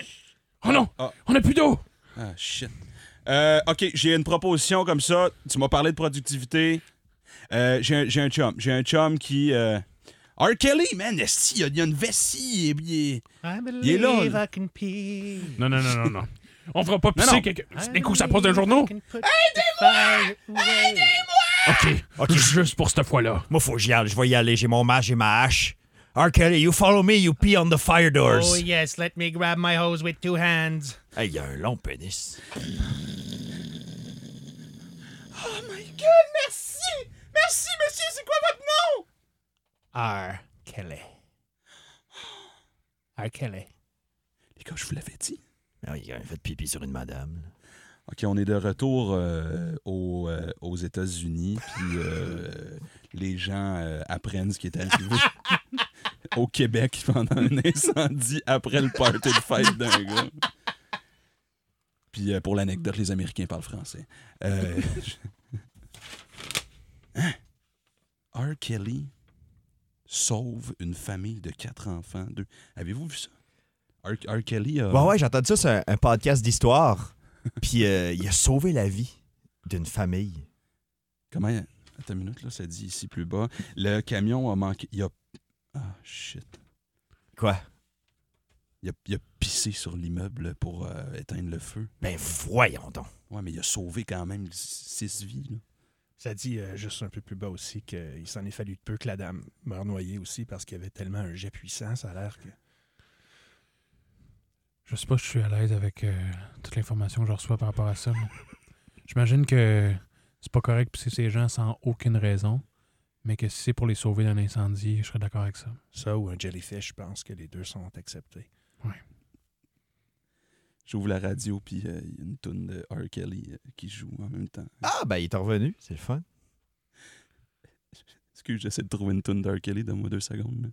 Oh non!
Ah.
On a plus d'eau!
Ah, shit. Euh, ok, j'ai une proposition comme ça. Tu m'as parlé de productivité. Euh, j'ai un- j'ai un chum. J'ai un chum qui. euh, R. Kelly, man, esti, il y a- il y a une vessie. et puis il est-
I believe
est là, là.
I can pee.
Non, non, non, non, non. On fera pas
Non,
pisser
non.
Ah,
quelqu'un. Des coups, ça passe d'un journaux?
Aidez-moi!
OK,
Ok, juste pour cette fois-là.
moi, faut que j'y aille. Je vais y aller. J'ai mon match, j'ai ma hache. R. Kelly, you follow me, you pee on the fire doors.
Oh yes, let me grab my hose with two hands.
Hey, il y a un long pénis.
Oh my god, merci! Merci, monsieur, c'est quoi votre nom?
R. Kelly. R. Kelly.
Les gars, je vous l'avais dit.
Ah, il a quand même fait pipi sur une madame. là.
OK, on est de retour euh, aux, euh, aux États-Unis, puis euh, les gens euh, apprennent ce qui est arrivé au Québec pendant un incendie après le party de fête d'un gars. Puis euh, pour l'anecdote, les Américains parlent français. Euh, Hein? R. Kelly sauve une famille de quatre enfants. Deux. Avez-vous vu ça? R. R. Kelly a...
Bah Ouais, ouais, j'ai entendu ça, c'est un, un podcast d'histoire. Puis euh, il a sauvé la vie d'une famille.
Comment. Attends une minute, là, ça dit ici plus bas. Le camion a manqué. Il a. Ah, shit.
Quoi?
Il a, il a pissé sur l'immeuble pour euh, éteindre le feu.
Ben voyons donc.
Ouais, mais il a sauvé quand même six vies, là.
Ça dit euh, juste un peu plus bas aussi qu'il s'en est fallu de peu que la dame meure noyée aussi parce qu'il y avait tellement un jet puissant, ça a l'air que.
Je sais pas si je suis à l'aise avec euh, toute l'information que je reçois par rapport à ça. J'imagine que c'est pas correct pisser ces gens sans aucune raison, mais que si c'est pour les sauver d'un incendie, je serais d'accord avec ça.
Ça ou un jellyfish, je pense que les deux sont acceptés.
J'ouvre la radio, puis euh, il y a une toune de R. Kelly euh, qui joue en même temps.
Ah, ben il est revenu. C'est le fun.
Excuse, j'essaie de trouver une toune de R. Kelly, donne-moi deux secondes. là.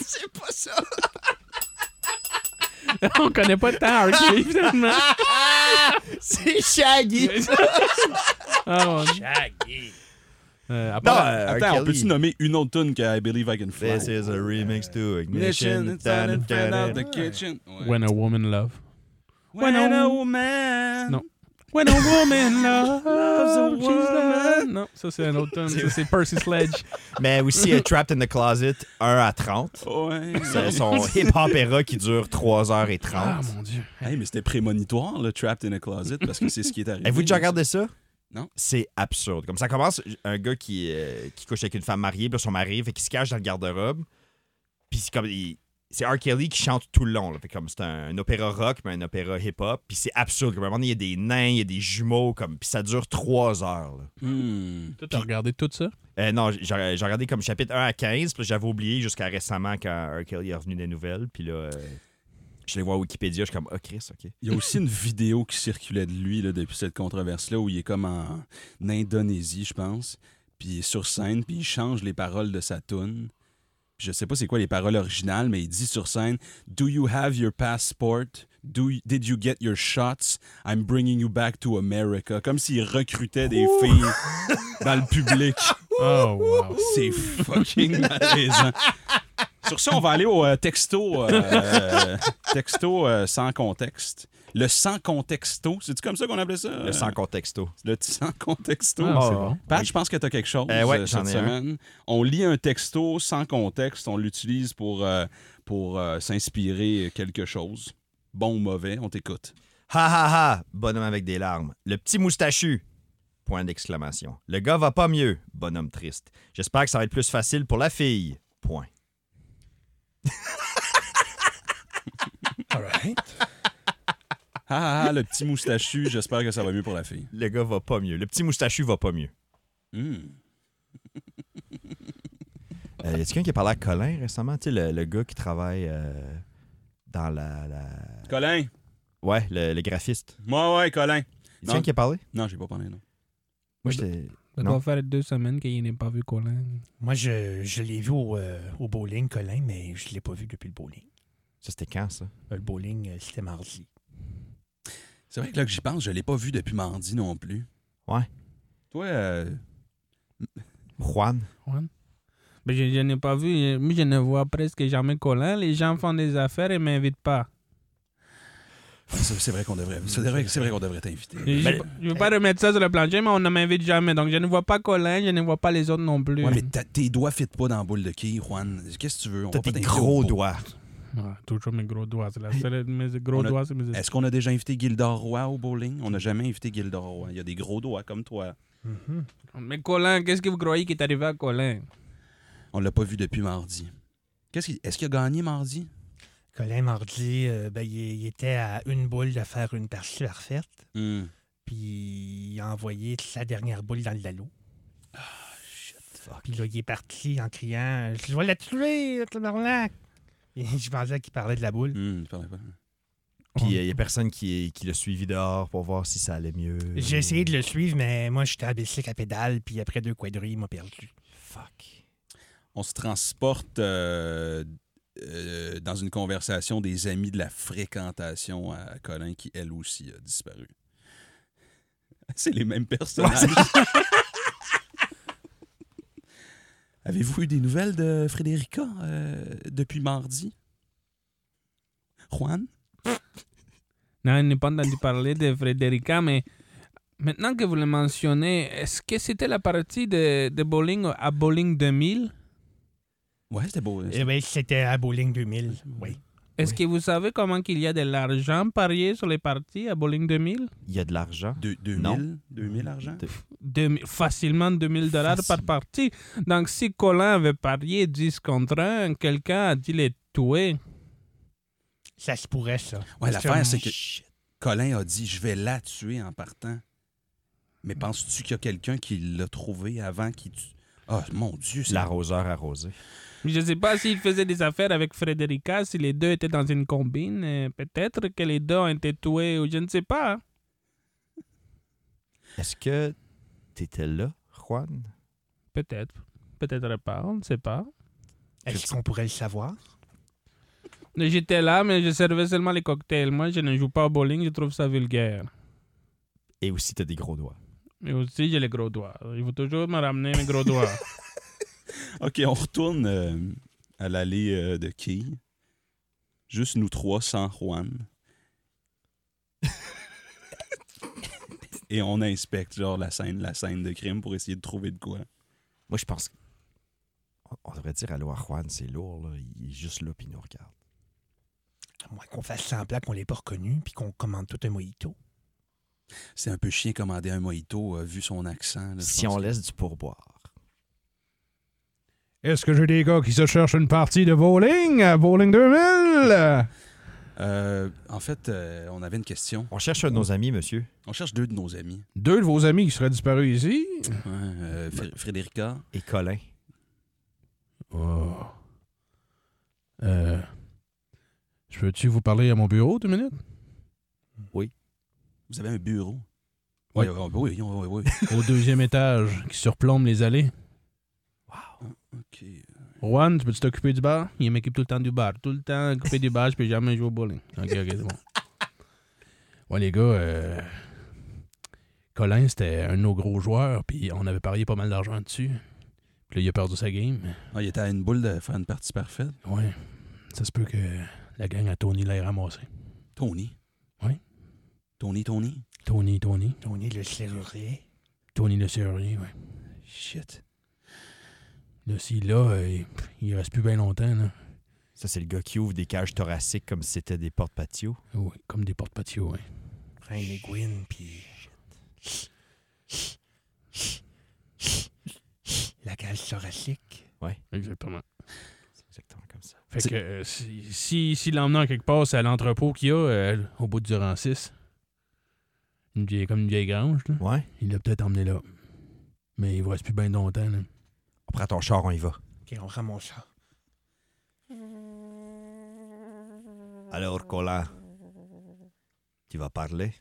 C'est pas ça!
On connaît pas tant Archie, finalement.
c'est Shaggy.
Ah, mon Dieu.
Shaggy!
Euh, à
Non,
part-
euh,
Attends,
R.
on
Kelly. Ben,
peut-tu nommer une autre toune que I Believe I Can Fly?
This is a remix to
Euh, Ignition,
Ignition.
it's on and fan out the
Ouais.
kitchen. Ouais.
When a woman love.
When
When
a
a
woman.
Non. When a woman
Loves a
loves
woman.
Non, ça c'est un autre tune. Ça c'est Percy Sledge.
Mais aussi euh, Trapped in the Closet 1 à 30.
Ouais.
C'est son hip-hop era qui dure 3h30.
Ah mon dieu.
Hey, mais c'était prémonitoire, le Trapped in a Closet, parce que c'est ce qui est arrivé.
Avez-vous déjà regardé ça?
Non.
C'est absurde. Comme ça commence, un gars qui, euh, qui couche avec une femme mariée, puis là, son mari, fait qu'il se cache dans le garde-robe. Puis c'est comme. il- C'est R. Kelly qui chante tout le long. là. Fait comme c'est un, un opéra rock, mais un opéra hip-hop. Puis c'est absurde. Comme à un moment donné, il y a des nains, il y a des jumeaux, comme. Puis ça dure trois heures. là.
Hmm.
Toi, t'as regardé tout ça?
Euh, non, j'ai j'ai regardé comme chapitre 1 à 15, puis j'avais oublié jusqu'à récemment quand R. Kelly est revenu des nouvelles. Puis là, euh, je les vois à Wikipédia, je suis comme, oh Chris, ok.
Il y a aussi une vidéo qui circulait de lui là, depuis cette controverse-là, où il est comme en Indonésie, je pense. Puis il est sur scène, puis il change les paroles de sa toune. Puis je sais pas c'est quoi les paroles originales, mais il dit sur scène Do you have your passport? Do you- did you get your shots? I'm bringing you back to America. Comme s'il recrutait des filles dans le public.
Oh, wow.
C'est fucking malaisant. Sur ça, on va aller au euh, texto, euh, euh, texto euh, sans contexte. Le sans contexto, c'est-tu comme ça qu'on appelait ça?
Le sans contexto.
Le petit sans contexto.
Ah, c'est bon.
Pat, je pense que tu as quelque chose
Euh, ouais,
euh,
j'en
cette
ai un.
semaine. On lit un texto sans contexte, on l'utilise pour, euh, pour euh, s'inspirer quelque chose. Bon ou mauvais, on t'écoute.
Ha ha ha, bonhomme avec des larmes. Le petit moustachu. Point d'exclamation. Le gars va pas mieux, bonhomme triste. J'espère que ça va être plus facile pour la fille. Point.
All right.
Ah, ah, le petit moustachu, j'espère que ça va mieux pour la fille.
Le gars va pas mieux. Le petit moustachu va pas mieux.
Hmm.
Euh, y a quelqu'un qui a parlé à Colin récemment? Tu sais, le, le gars qui travaille euh, dans la, la-
Colin,
Ouais, le, le graphiste.
moi, ouais, Colin.
Y a
Non.
quelqu'un qui a parlé?
Non, j'ai pas parlé, non.
Moi, j'étais...
Ça
Non.
doit faire deux semaines qu'il n'est pas vu Colin.
Moi, je, je l'ai vu au, euh, au bowling, Colin, mais je ne l'ai pas vu depuis le bowling.
Ça, c'était quand, ça?
Euh, Le bowling, euh, c'était mardi.
C'est vrai que là que j'y pense, je l'ai pas vu depuis mardi non plus.
Ouais.
Toi, euh,
Juan?
Mais je, je n'ai pas vu. Moi, je ne vois presque jamais Colin. Les gens font des affaires et ne m'invitent pas.
c'est ah, c'est vrai qu'on devrait, c'est vrai, c'est vrai qu'on devrait t'inviter. Ben,
Je
Mais-
ne veux pas remettre ça sur le plancher, mais on ne m'invite jamais. Donc, je ne vois pas Colin, je ne vois pas les autres non plus.
Ouais, mais ta- tes doigts fit pas dans la boule de quille, Juan. Qu'est-ce que tu veux? On
T'as
va pas
tes
t'inviter au
gros
pot.
doigts.
Ah, toujours mes gros doigts. C'est la seule- mes gros
On a- Eh.
doigts, c'est mes...
Est-ce qu'on a déjà invité Gildor Roy au bowling? On n'a jamais invité Gildor Roy. Il y a des gros doigts comme toi.
Mais Colin, qu'est-ce que vous croyez qui est arrivé à Colin?
On l'a pas vu depuis mardi. Qu'est-ce qu'il- Est-ce qu'il a gagné mardi?
Colin, mardi, euh, ben, il, il était à une boule de faire une partie parfaite,
Hmm.
puis il a envoyé sa dernière boule dans le lalo.
Ah,
Puis là, il est parti en criant Je vais la tuer, le tabarnak! Et je pensais qu'il parlait de la boule.
Hmm, il parlait pas.
Puis il y a personne qui, qui l'a suivi dehors pour voir si ça allait mieux.
J'ai essayé de le suivre, mais moi, j'étais à bicycle à pédale, puis après deux quadrilles, il m'a perdu.
Fuck.
On se transporte euh, euh, dans une conversation des amis de la fréquentation à Colin qui, elle aussi, a disparu. C'est les mêmes personnages. Avez-vous eu des nouvelles de Frédérica euh, depuis mardi? Juan?
Non, je n'ai pas entendu parler de Frederica, mais maintenant que vous le mentionnez, est-ce que c'était la partie de, de bowling à bowling 2000?
Ouais, c'était beau.
Eh ben, c'était à Bowling 2000, oui.
Est-ce
Oui.
que vous savez comment qu'il y a de l'argent parié sur les parties à bowling 2000?
Il y a de l'argent.
Deux- 2000?
Non.
2000 argent?
De-
Deux- facilement 2000 dollars par
Facile.
partie. Donc si Colin avait parié 10 contre 1, quelqu'un a dit les tuer.
Ça se pourrait, ça.
Ouais,
Parce
l'affaire, c'est que
Shit.
Colin a dit Je vais la tuer en partant. Mais penses-tu qu'il y a quelqu'un qui l'a trouvé avant qu'il tue Ah, mon Dieu, c'est
L'arroseur arrosé.
Mais Je ne sais pas s'il faisait des affaires avec Frederica, si les deux étaient dans une combine. euh, Peut-être que les deux ont été tués ou je ne sais pas.
Est-ce que t'étais là, Juan?
Peut-être. Peut-être pas, on ne sait pas.
Est-ce qu'on pourrait le savoir?
Mais J'étais là, mais je servais seulement les cocktails. Moi, je ne joue pas au bowling, je trouve ça vulgaire.
Et aussi, t'as des gros doigts.
Mais aussi, j'ai les gros doigts. Il faut toujours me ramener mes gros doigts.
OK, on retourne euh, à l'allée euh, de Key. Juste nous trois sans Juan. Et on inspecte genre la scène, la scène de crime pour essayer de trouver de quoi.
Moi, je pense que- on- On devrait dire allô à Juan, c'est lourd, là. Il est juste là, puis il nous regarde.
À moins qu'on fasse semblant qu'on l'ait pas reconnu, puis qu'on commande tout un mojito.
C'est un peu chiant commander un mojito euh, vu son accent. là, je
Si
pense
on
que-
laisse du pourboire.
Est-ce que j'ai des gars qui se cherchent une partie de bowling à Bowling 2000?
Euh, en fait, euh, on avait une question.
On cherche un de nos amis, monsieur.
On cherche deux de nos amis.
Deux de vos amis qui seraient disparus ici?
Ouais, euh, Fr- Frédérica.
Et Colin.
Oh. Euh. Je peux-tu vous parler à mon bureau deux minutes?
Vous avez un bureau? Oui, oui, oui, oui, oui.
Au deuxième étage qui surplombe les allées.
OK.
Juan, tu peux t'occuper du bar? Il m'équipe tout le temps du bar. Tout le temps occupé du bar, je peux jamais jouer au bowling. Ok, ok, c'est bon. Ouais, les gars, euh, Colin, c'était un de nos gros joueurs, puis on avait parié pas mal d'argent dessus. Puis là, il a perdu sa game.
Ah, il était à une boule de faire une partie parfaite.
Ouais, ça se peut que la gang à Tony l'ait ramassé.
Tony.
Ouais.
Tony, Tony.
Tony, Tony.
Tony le serrurier.
Tony le serrurier, ouais.
Shit.
Là, si là, euh, il- il reste plus bien longtemps, là.
Ça, c'est le gars qui ouvre des cages thoraciques comme si c'était des portes patio.
Ouais, comme des porte-patios, ouais.
Reine et Gwyn, puis. La cage thoracique.
Exactement.
C'est exactement comme ça.
Fait
C'est-
que euh, si, si, si l'emmenant quelque part, c'est à l'entrepôt qu'il y a, euh, au bout du rang 6, une vieille, comme une vieille grange, là.
Ouais.
il l'a peut-être emmené là. Mais il va reste plus bien longtemps. Là.
On prend ton char, on y va.
Ok, on ramasse ça.
Alors, Colin, tu vas parler?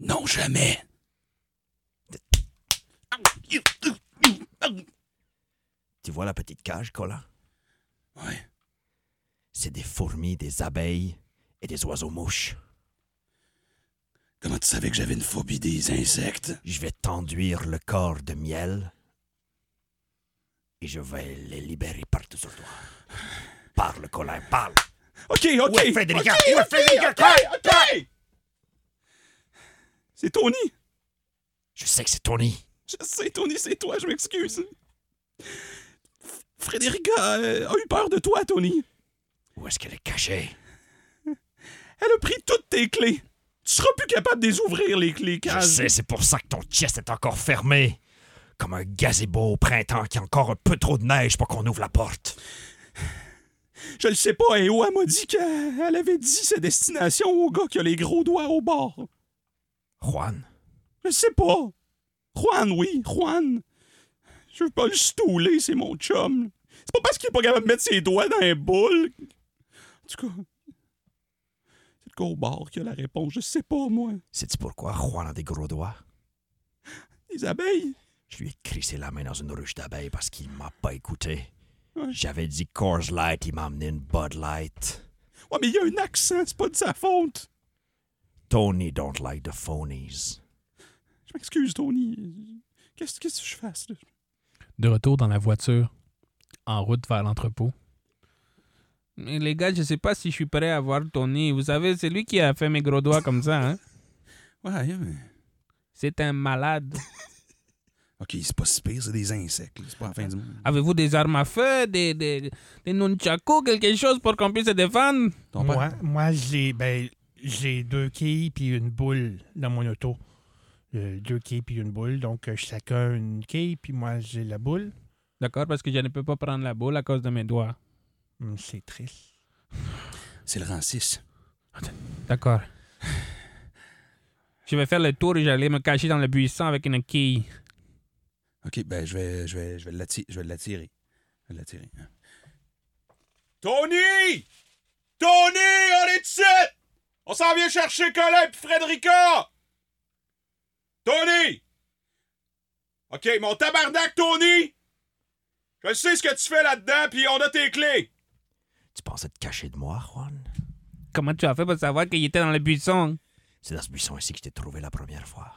Non, jamais.
Tu vois la petite cage, Colin?
Ouais.
C'est des fourmis, des abeilles et des oiseaux-mouches.
Comment tu savais que j'avais une phobie des insectes?
Je vais t'enduire le corps de miel et je vais les libérer partout sur toi. Parle, Colin, parle!
OK, OK.
Où est Federica?
OK,
Où est
OK,
Federica?
OK, OK. C'est Tony.
Je sais que c'est Tony.
Je sais, Tony, c'est toi, je m'excuse. F- Frédérica euh, a eu peur de toi, Tony.
Où est-ce qu'elle est cachée?
Elle a pris toutes tes clés. Tu seras plus capable de les ouvrir, les clés,
Je
Kaz.
sais, c'est pour ça que ton chest est encore fermé. Comme un gazebo au printemps qui a encore un peu trop de neige pour qu'on ouvre la porte.
Je le sais pas, Eo, elle m'a dit qu'elle avait dit sa destination au gars qui a les gros doigts au bord.
Juan,
Je sais pas. Juan, oui, Juan. Je veux pas le stouler, c'est mon chum. C'est pas parce qu'il est pas capable de mettre ses doigts dans un boule. En tout cas, c'est le gars au bord qui a la réponse. Je sais pas, moi.
sais-tu pourquoi Juan a des gros doigts?
Les abeilles.
Je lui ai crissé la main dans une ruche d'abeilles parce qu'il m'a pas écouté.
Ouais.
J'avais dit Coors Light, il m'a amené une Bud Light.
Ouais, mais il y a un accent, c'est pas de sa faute.
Tony don't like the phonies.
Je m'excuse, Tony. Qu'est-ce qu'est-ce que je fasse, là?
De retour dans la voiture, en route vers l'entrepôt. Mais les gars, je sais pas si je suis prêt à voir Tony. Vous savez, c'est lui qui a fait mes gros doigts comme ça. Hein?
Ouais, mais.
C'est un malade.
Ok, c'est pas si pire, c'est des insectes. C'est pas la fin du monde.
Avez-vous des armes à feu, des, des, des nunchaku, quelque chose pour qu'on puisse se défendre?
Ton
Moi, moi j'ai ben, j'ai deux quilles puis une boule dans mon auto. Euh, deux quilles puis une boule. Donc, euh, chacun une quille, puis moi, j'ai la boule.
D'accord, parce que je ne peux pas prendre la boule à cause de mes doigts.
Hum, c'est triste.
C'est le rang 6.
D'accord. Je vais faire le tour et j'allais me cacher dans le buisson avec une quille.
Ok, ben je vais, je vais, je vais l'attirer. Je vais l'attirer. Je vais l'attirer. hein. Tony! Tony, on est ici! On s'en vient chercher Colin et Frédérica! Tony! Ok, mon tabarnak, Tony! Je sais ce que tu fais là-dedans, puis on a tes clés!
Tu pensais te cacher de moi, Juan?
Comment tu as fait pour savoir qu'il était dans le buisson?
C'est dans ce buisson ici que je t'ai trouvé la première fois.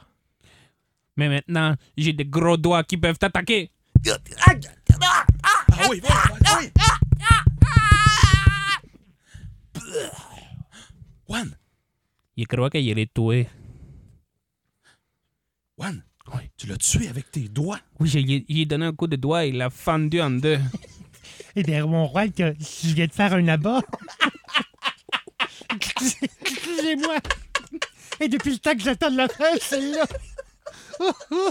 Mais maintenant, j'ai des gros doigts qui peuvent t'attaquer.
Ah oui, oui, oui! Juan!
Il croit qu'il est tué.
Juan!
Oui.
Tu l'as tué avec tes doigts!
Oui, je lui ai- je lui ai donné un coup de doigt et il l'a fendu en deux.
Et derrière mon roi, que je viens de faire un abat. Excusez-moi. Et depuis le temps que j'attends de la fin, celle-là. Oh, oh,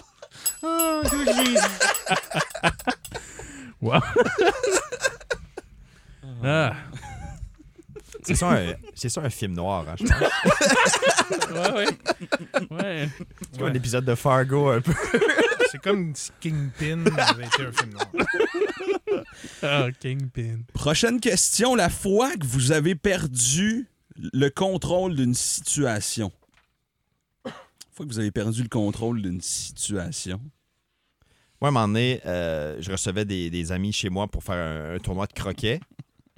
oh, d'où j'ai-
Ah,
C'est ça, un, c'est ça un film noir, hein, je pense.
ouais, ouais. Ouais.
C'est comme un épisode de Fargo un peu.
C'est comme si Kingpin avait été un film noir.
Ah, Kingpin.
Prochaine question. La fois que vous avez perdu le contrôle d'une situation. La fois que vous avez perdu le contrôle d'une situation.
Moi, à un moment donné, euh, je recevais des, des amis chez moi pour faire un, un tournoi de croquet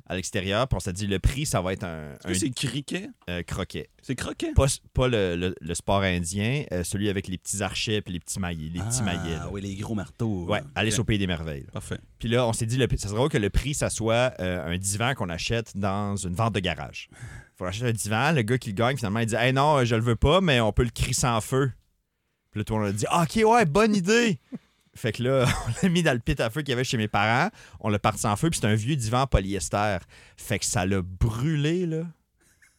à l'extérieur. Puis on s'est dit, le prix, ça va être un,
Est-ce que c'est criquet?
un, euh, croquet.
C'est croquet?
Pas, pas le, le- le sport indien, euh, celui avec les petits archets puis les petits maillets. Les petits maillets là.
Ah oui, les gros marteaux.
Ouais, aller
Ok.
au Pays des Merveilles. là.
Parfait.
Puis là, on s'est dit, le, ça serait drôle que le prix, ça soit euh, un divan qu'on achète dans une vente de garage. Faut acheter un divan, le gars qui le gagne, finalement, il dit, hey non, euh, je le veux pas, mais on peut le crisser en feu. Puis là, tout le monde a dit, Ah, ok, ouais, bonne idée. Fait que là, on l'a mis dans le pit à feu qu'il y avait chez mes parents, on l'a parti en feu, puis c'est un vieux divan en polyester. Fait que ça l'a brûlé, là.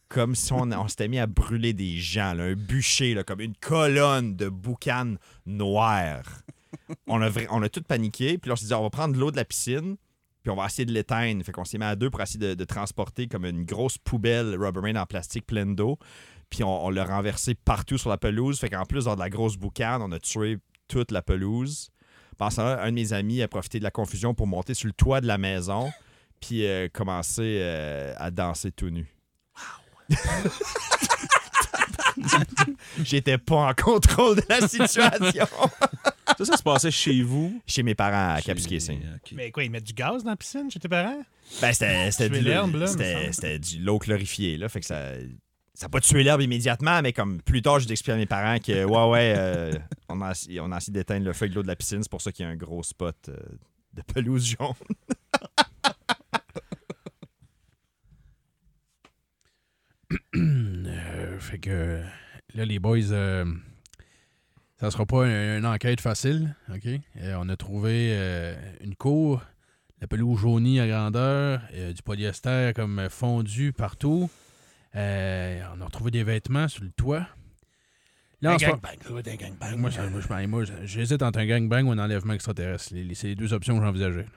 Comme si on, on s'était mis à brûler des gens, là, un bûcher, là, comme une colonne de boucan noir on a, vra- on a tout paniqué. Puis là, on s'est dit, on va prendre l'eau de la piscine, puis on va essayer de l'éteindre. Fait qu'on s'est mis à deux pour essayer de, de transporter comme une grosse poubelle Rubbermaid en plastique pleine d'eau. Puis on, on l'a renversé partout sur la pelouse. Fait qu'en plus, dans de la grosse boucane, on a tué toute la pelouse. Pensant là, un de mes amis a profité de la confusion pour monter sur le toit de la maison, puis euh, commencer euh, à danser tout nu. J'étais pas en contrôle de la situation.
Ça, ça se passait chez vous.
Chez mes parents à
Chez-
Capskissing.
ok.
Mais quoi, ils mettent du gaz dans la piscine chez tes parents?
Ben, c'était c'était
Tuer
de l'eau-
l'herbe, là, me
C'était
semble.
c'était du l'eau glorifiée, là. Fait que ça. Ça n'a pas tué l'herbe immédiatement, mais comme plus tard, j'ai expliqué à mes parents que, ouais, ouais, euh, on, a, essayé- on a essayé d'éteindre le feu avec l'eau de la piscine. C'est pour ça qu'il y a un gros spot euh, de pelouse jaune.
Euh, fait que là, les boys, euh, ça sera pas un- une enquête facile, OK? Euh, on a trouvé euh, une cour, la pelouse jaunie à grandeur, euh, du polyester comme euh, fondu partout. Euh, on a retrouvé des vêtements sur le toit. Là, en ce moment- Moi, ça- moi, je- moi, j'hésite entre un gangbang ou un enlèvement extraterrestre. Les- les- C'est les deux options que j'envisageais.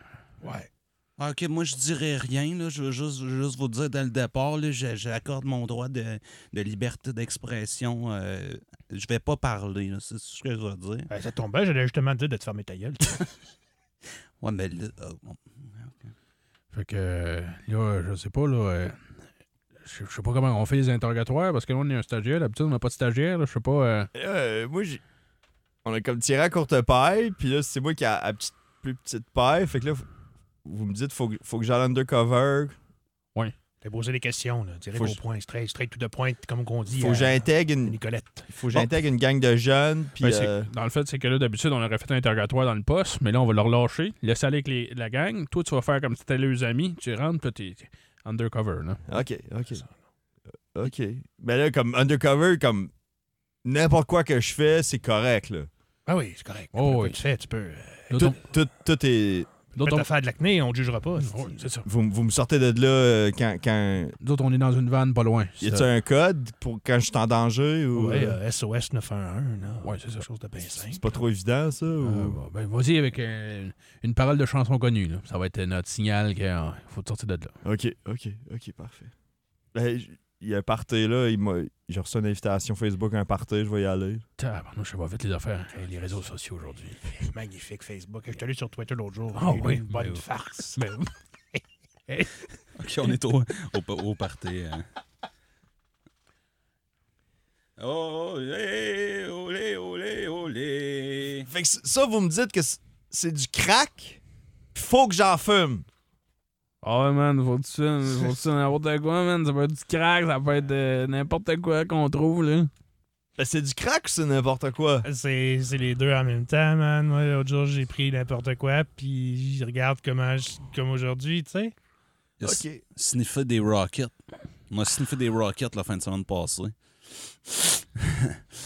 Ouais. Ah, OK, moi, je dirais rien. Là. Je veux juste, je veux juste vous dire, dans le départ, là, je- j'accorde mon droit de, de liberté d'expression. euh, je vais pas parler, là, c'est ce que je veux dire.
Euh, ça tombe bien, j'allais justement te dire de te fermer ta gueule.
Ouais, mais là, euh,
Fait que euh, là, je sais pas, là. euh, je je sais pas comment on fait les interrogatoires parce que là, on est un stagiaire. D'habitude, on n'a pas de stagiaire. là, Je sais pas. euh,
moi, on a comme tiré à courte paille, puis là, c'est moi qui a à plus petite paille. Fait que là, vous me dites, faut, faut que j'aille undercover,
T'as posé des questions, là. Direct
Faut
au
que je-
point, straight, straight to the point, comme on dit.
faut
à-
que j'intègre
à
une,
Nicolette.
faut que j'intègre une gang de jeunes, puis.
ben, c'est-
euh,
Dans le fait, c'est que là, d'habitude, on aurait fait un interrogatoire dans le poste, mais là, on va le relâcher, laisser aller avec les- la gang. Toi, tu vas faire comme si t'étais les amis. Tu rentres, puis là, t'es t'es undercover, là.
OK, OK. Euh, OK. Mais là, comme undercover, comme n'importe quoi que je fais, c'est correct, là.
Ah oui, c'est correct.
Oh,
Après,
oui.
Tu fais, tu peux.
Là,
Tout,
ton-
tout, tout est...
D'autres,
Peut-être faire de l'acné, on ne jugera pas.
on... Ouais, c'est ça.
Vous, vous me sortez de là euh, quand... quand...
D'autres, on est dans une vanne pas loin.
Y a-tu un code pour quand je suis en danger ou...
Ouais,
euh,
euh, SOS 911, là.
Ouais, c'est ça.
Quelque chose de bien simple.
C'est pas trop évident, ça?
Ah,
Ou...
bon, ben, vas-y avec euh, une parole de chanson connue. là. Ça va être notre signal qu'il faut te sortir de là.
OK, OK, OK, parfait. Ben, j- il y a un party, là. Il m'a- J'ai reçu une invitation Facebook à un party, je vais y aller.
Tabarnouche, ça va vite les affaires. Hey, les réseaux sociaux aujourd'hui.
Magnifique, Facebook. Je suis allé sur Twitter l'autre jour. Il y
Ah
a eu
oui,
Une bonne
mais-
farce.
Mais-
OK, on est au, au, au party. hein. Oh, Olé, olé, olé, olé.
Fait que c- ça, vous me dites que c- c'est du crack? Faut que j'en fume!
Ah ouais, man, faut-tu faut n'importe quoi, man? Ça peut être du crack, ça peut être euh, n'importe quoi qu'on trouve, là.
Ben, c'est du crack ou c'est n'importe quoi?
C'est c'est les deux en même temps, man. Moi, l'autre jour, j'ai pris n'importe quoi, puis je regarde comment je- comme aujourd'hui, tu sais.
Il a s- sniffé des rockets. On a sniffé des rockets la fin de semaine passée.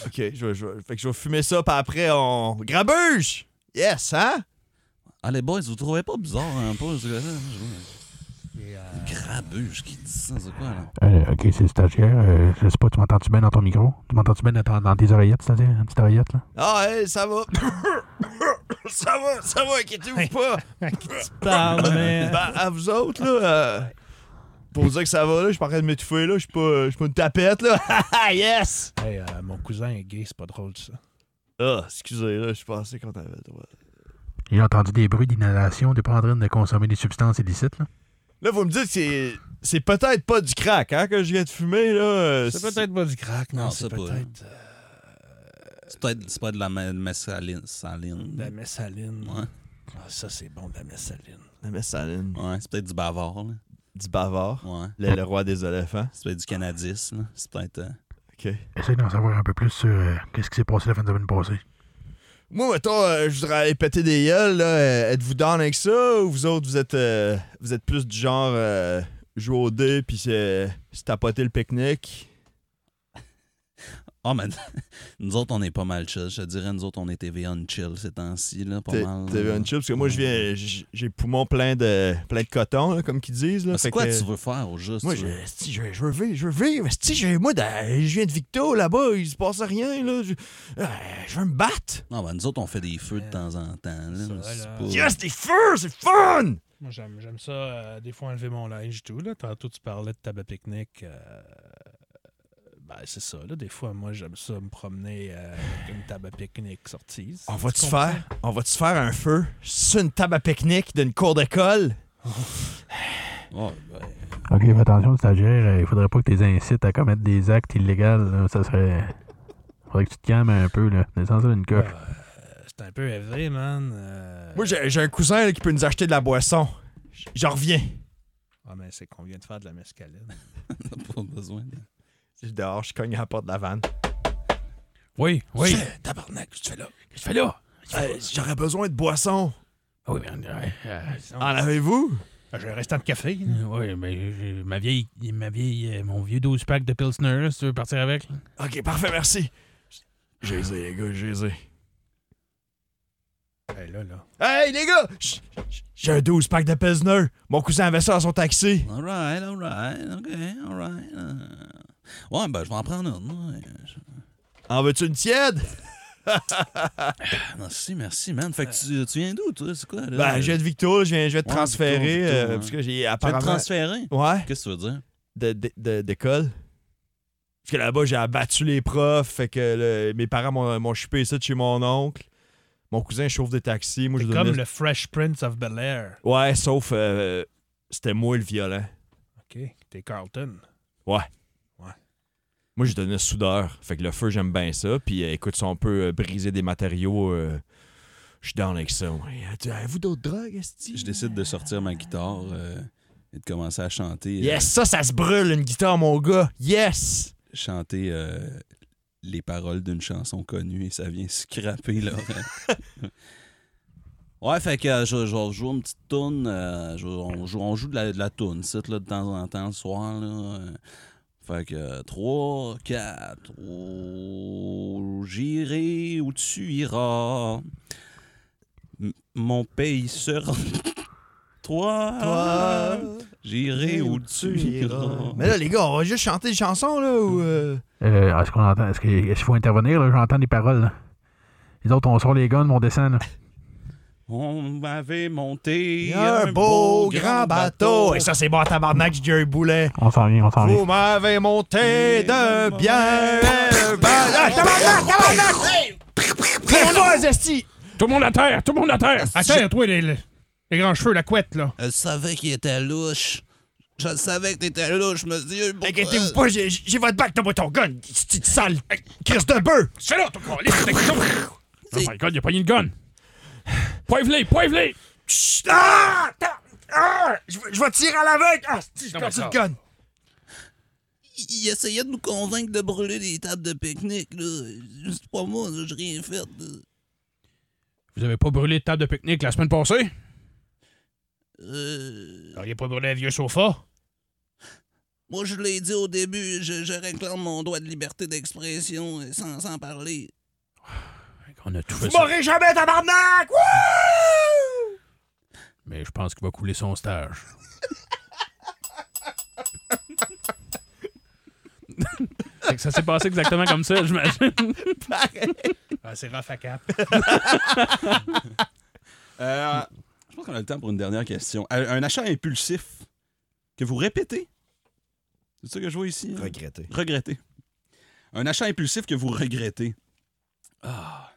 OK, je vais, je vais- fait que je vais fumer ça, puis après, on... Grabuge! Yes, hein?
Ah, les boys, vous trouvez pas bizarre un peu ce gars-là?
Et, euh,
Grabuge qui dit ça, c'est quoi, là?
ok, c'est le stagiaire. euh, je sais pas, tu m'entends-tu bien dans ton micro? Tu m'entends-tu bien dans, ton- dans tes oreillettes, c'est-à-dire? Une petite oreillette, là?
Ah, hey, ça va. ça va, ça va, inquiétez-vous pas.
à qui tu parles,
Ben,
Ah, man?
à vous autres, là, euh, pour vous dire que ça va, là, je suis pas en train de m'étouffer, là, je suis pas, euh, je suis pas une tapette, là.
Ah,
yes!
Hey, euh, mon cousin est gay, c'est pas drôle, ça.
Ah, excusez, là, je pensais qu'on avait le droit.
J'ai entendu des bruits d'inhalation. T'es pas en train de consommer des substances illicites, là?
Là, vous me dites que c'est, c'est peut-être pas du crack, hein, que je viens de fumer, là. euh,
C'est peut-être pas du crack,
non,
non,
c'est
c'est
pas,
peut-être.
C'est peut-être c'est pas de la ma- messaline. saline.
La messaline.
Ouais,
Ah, ça, c'est bon, de la messaline.
La messaline.
ouais c'est peut-être du bavard. Là.
Ah, Du bavard.
Ouais.
Le, le roi des éléphants.
C'est peut-être du cannabis. là. C'est peut-être. euh,
OK.
Essaye d'en savoir un peu plus sur euh, qu'est-ce qui s'est passé la fin de semaine passée.
Moi, mettons, euh, je voudrais aller péter des gueules, là. Euh, Êtes-vous down avec ça? Ou vous autres, vous êtes, euh, vous êtes plus du genre euh, jouer au dé puis se, se tapoter le pique-nique?
Ah, mais nous autres, on est pas mal chill. Je te dirais, nous autres, on est TVA on chill ces temps-ci. Là, pas
T'es-
mal.
T'as vu
là.
un chip? Parce que moi, je viens, j- j'ai le poumon plein de, plein de coton, là, comme qu'ils disent. Là.
Ah, C'est
Fait
quoi
que-
tu veux faire au juste?
Moi,
tu
je,
veux-
esti, je, je veux vivre, je veux vivre. esti, je- moi, dans- je viens de Victo, là-bas, il se passe rien, là. Je, euh, je veux me battre.
Non, ben, nous autres, on fait des feux de temps en temps. Là,
Ça,
mais c'est
là.
pas-
Yes, des feux, c'est fun!
Moi, j'aime, j'aime ça, euh, des fois, enlever mon linge et tout. Là. Tantôt, tu parlais de tabac pique-nique. euh, ben, c'est ça, là. Des fois, moi, j'aime ça me promener euh, avec une table à pique-nique sortie.
On va-tu
Tu
faire, on va-tu faire un feu sur une table à pique-nique d'une cour d'école?
Oh, ben,
Ok, fais attention, stagiaire. euh, Il faudrait pas que tu les incites à commettre des actes illégaux. là. Ça serait. Faudrait que tu te calmes un peu, là. Descends ça d'une coche.
Euh, c'est un peu élevé, man. euh,
Moi, j'ai j'ai un cousin là, qui peut nous acheter de la boisson. J- J'en reviens.
Ah, mais c'est qu'on vient de faire de la mescaline.
t'as pas besoin.
Je suis dehors, je cogne à la porte de la vanne.
Oui, oui.
Eh, Tabarnak, qu'est-ce que tu fais là?
Qu'est-ce que tu fais là?
Eh, J'aurais besoin de boisson.
Ah oui, mais. euh, euh,
En avez-vous?
J'ai un restant de café. là.
Oui, mais j'ai- ma vieille, ma vieille, euh, mon vieux 12 pack de Pilsner, là, si tu veux partir avec. là.
Ok, parfait, merci. J'ai les ai, les gars, j'ai les ai.
Hey, là, là.
Hey les gars, j- j- j'ai un 12 pack de Pilsner. Mon cousin avait ça dans son taxi.
Alright, alright, ok, alright. euh. Ouais, ben, je vais en prendre une. ouais.
En veux-tu une tiède?
Ah, Merci, merci, man. Fait que tu, tu viens d'où, toi? C'est quoi, là?
Ben, j'ai de Victo, je viens, je vais te
Ouais,
transférer.
Victo, Victo,
euh,
ouais.
Parce que j'ai
Tu vas te
apparemment.
transférer?
Ouais,
Qu'est-ce que tu veux dire?
de- de- de- d'école. parce que là-bas, j'ai abattu les profs. Fait que le- mes parents m'ont m'ont chupé ça de chez mon oncle. Mon cousin chauffe des taxis. Moi, je
C'est
lui
comme
donnais-
le Fresh Prince of Bel Air.
Ouais, sauf euh, c'était moi le violent.
OK. T'es Carlton.
Moi, je donnais soudeur. Fait que le feu, j'aime bien ça. Puis euh, écoute, si on peut euh, briser des matériaux, euh, je suis down avec ça. Ouais. Euh, Avez-vous d'autres drogues, Esti?
Je décide de sortir ma guitare euh, et de commencer à chanter. euh,
Yes, ça, ça se brûle, une guitare, mon gars. Yes!
chanter euh, les paroles d'une chanson connue et ça vient scraper là. ouais, fait que euh, je, je vais jouer une petite toune. euh, je- on, joue, on joue de la, de la toune, c'est là, de temps en temps le soir. Là, euh. fait que euh, 3, 4, oh, j'irai où tu iras. M- mon pays sera. Toi,
Ah!
j'irai où tu iras.
Mais là, les gars, on va juste chanter une chanson, là, ou... euh,
Euh, est-ce qu'on entend. Est-ce que- est-ce qu'il faut intervenir, là? J'entends des paroles, là. Les autres, on sort les guns, on descend, là.
On m'avait monté
Il y a un beau grand bateau. Et ça, c'est bon, à tabarnak, j'ai dit un boulet.
On s'en vient, on s'en vient.
Vous m'avez monté de bien... un ba- Ah, tabarnak, tabarnak! Très fort, Esti!
Tout le monde à terre! Tout le monde à terre!
Attends, toi, les, les- les grands cheveux, la couette, là.
Je savais qu'il était louche. Je savais que t'étais louche, monsieur. Pourquoi-
Inquiétez-vous pas, j'ai- j'ai votre bac, t'as moi ton gun, petite sale crise de bœuf!
C'est là, ton câlisse, t'es con. Oh my god, il a pogné une gun! Poivre-les, poivre-les!
Chut! Ah! Ta- ah! Je vais- je vais tirer à l'aveugle! Ah, si, j'ai
Non,
perdu
mais
le
ça-
gun!
Il il essayait de nous convaincre de brûler des tables de pique-nique, là. C'est pas moi, là, j'ai rien fait. là.
Vous avez pas brûlé de table de pique-nique la semaine passée?
Euh,
Alors, il a pas brûlé un vieux sofa.
moi, je l'ai dit au début, je, je réclame mon droit de liberté d'expression euh, sans, sans parler.
On a tout
Vous
fait ça.
m'aurez jamais, tabarnak! Wouh!
Mais je pense qu'il va couler son stage. Fait que ça s'est passé exactement comme ça, j'imagine.
Ah, c'est rough à cap.
Mm. Je pense qu'on a le temps pour une dernière question. Euh, Un achat impulsif que vous répétez. C'est ça que je vois ici. hein?
Regretté.
Regretter. Un achat impulsif que vous regrettez. Ah.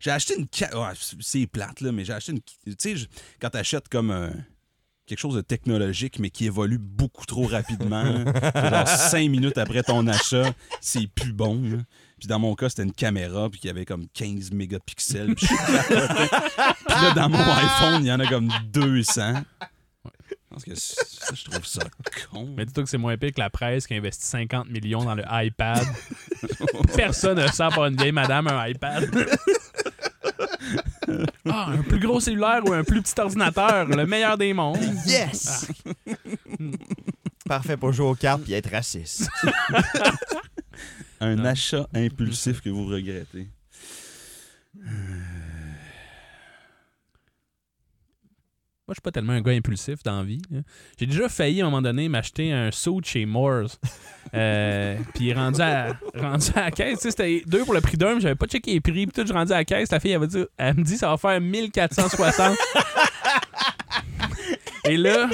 J'ai acheté une ca- ouais, c'est plate, là, mais j'ai acheté une. Tu sais, je- quand t'achètes comme un- quelque chose de technologique, mais qui évolue beaucoup trop rapidement. là. genre cinq minutes après ton achat, c'est plus bon. là. Puis dans mon cas, c'était une caméra, puis qui avait comme 15 mégapixels. Puis, je suis capoté. Puis là, dans mon iPhone, il y en a comme 200. Parce que c- ça, je trouve ça con.
Mais dis-toi que c'est moins épique que la presse qui investit 50 millions dans le iPad. Personne ne sent pas une vieille madame un iPad. Ah, un plus gros cellulaire ou un plus petit ordinateur, le meilleur des mondes.
Yes! Parfait pour jouer aux cartes et être raciste.
Un achat impulsif que vous regrettez.
Moi, je suis pas tellement un gars impulsif dans la vie. là. J'ai déjà failli à un moment donné m'acheter un saut chez Moores. Euh, puis rendu à, rendu à la caisse, tu sais, c'était deux pour le prix d'un, mais j'avais pas checké les prix. Puis tout, je rendu à la caisse, la fille, elle, va dire- elle me dit ça va faire 1460. Et là,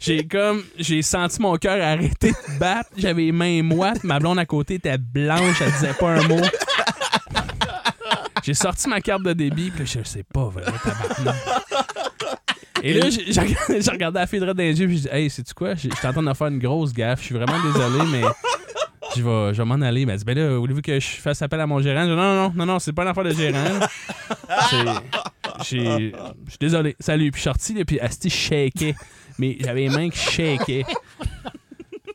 j'ai comme, j'ai senti mon cœur arrêter de battre. J'avais les mains moites, ma blonde à côté était blanche, elle disait pas un mot. J'ai sorti ma carte de débit, puis là, je sais pas, vrai, tabarnak. Et là, j'ai j'ai regardé j'ai regardé la fille droit dans les yeux, puis j'ai dit Hey, sais-tu quoi Je je suis en train de faire une grosse gaffe. Je suis vraiment désolé, mais je vais, je vais m'en aller. Mais elle dit Ben là, voulez-vous que je fasse appel à mon gérant Je dis, Non, non, non, non, non, c'est pas une affaire de gérant. C'est- j'ai- Je suis désolé. Salut. Puis je suis sorti, là, puis Asti shakait. Mais j'avais les mains qui shakaient.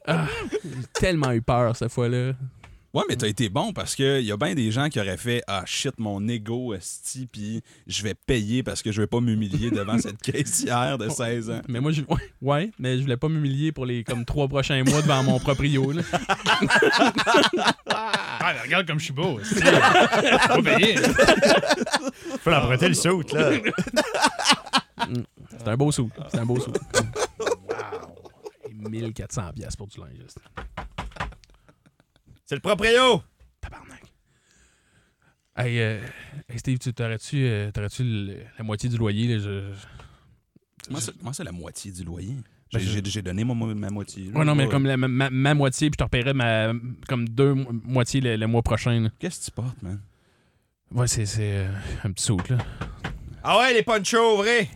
Ah, j'ai tellement eu peur cette fois-là.
Ouais, mais t'as été bon parce qu'il y a bien des gens qui auraient fait Ah shit, mon ego esti, puis je vais payer parce que je vais pas m'humilier devant cette caissière de 16 ans.
Mais moi, je... ouais, ouais, mais je voulais pas m'humilier pour les comme trois prochains mois devant mon proprio. là.
Ah, mais regarde comme je suis beau. c'est- Faut payer.
Faut l'emprunter le saut, là.
C'est un beau sou. C'est un beau sou. Et 1400 pièces pour du linge. c'est-
C'est le proprio!
Tabarnak. Hey, euh, hey, Steve, tu t'aurais-tu euh, t'aurais-tu le- la moitié du loyer? là, je- je-
Moi, c'est- moi, c'est la moitié du loyer.
Ben,
J'ai j'ai- j'ai donné ma, mo- ma moitié.
Ouais, non, mais comme la- ma, ma- ma moitié, puis je te repayerais ma, comme deux mo- moitiés le, le mois prochain. là.
Qu'est-ce que tu portes, man?
Ouais, c'est c'est, euh, un petit saut, là.
Ah ouais, les ponchos, vrai!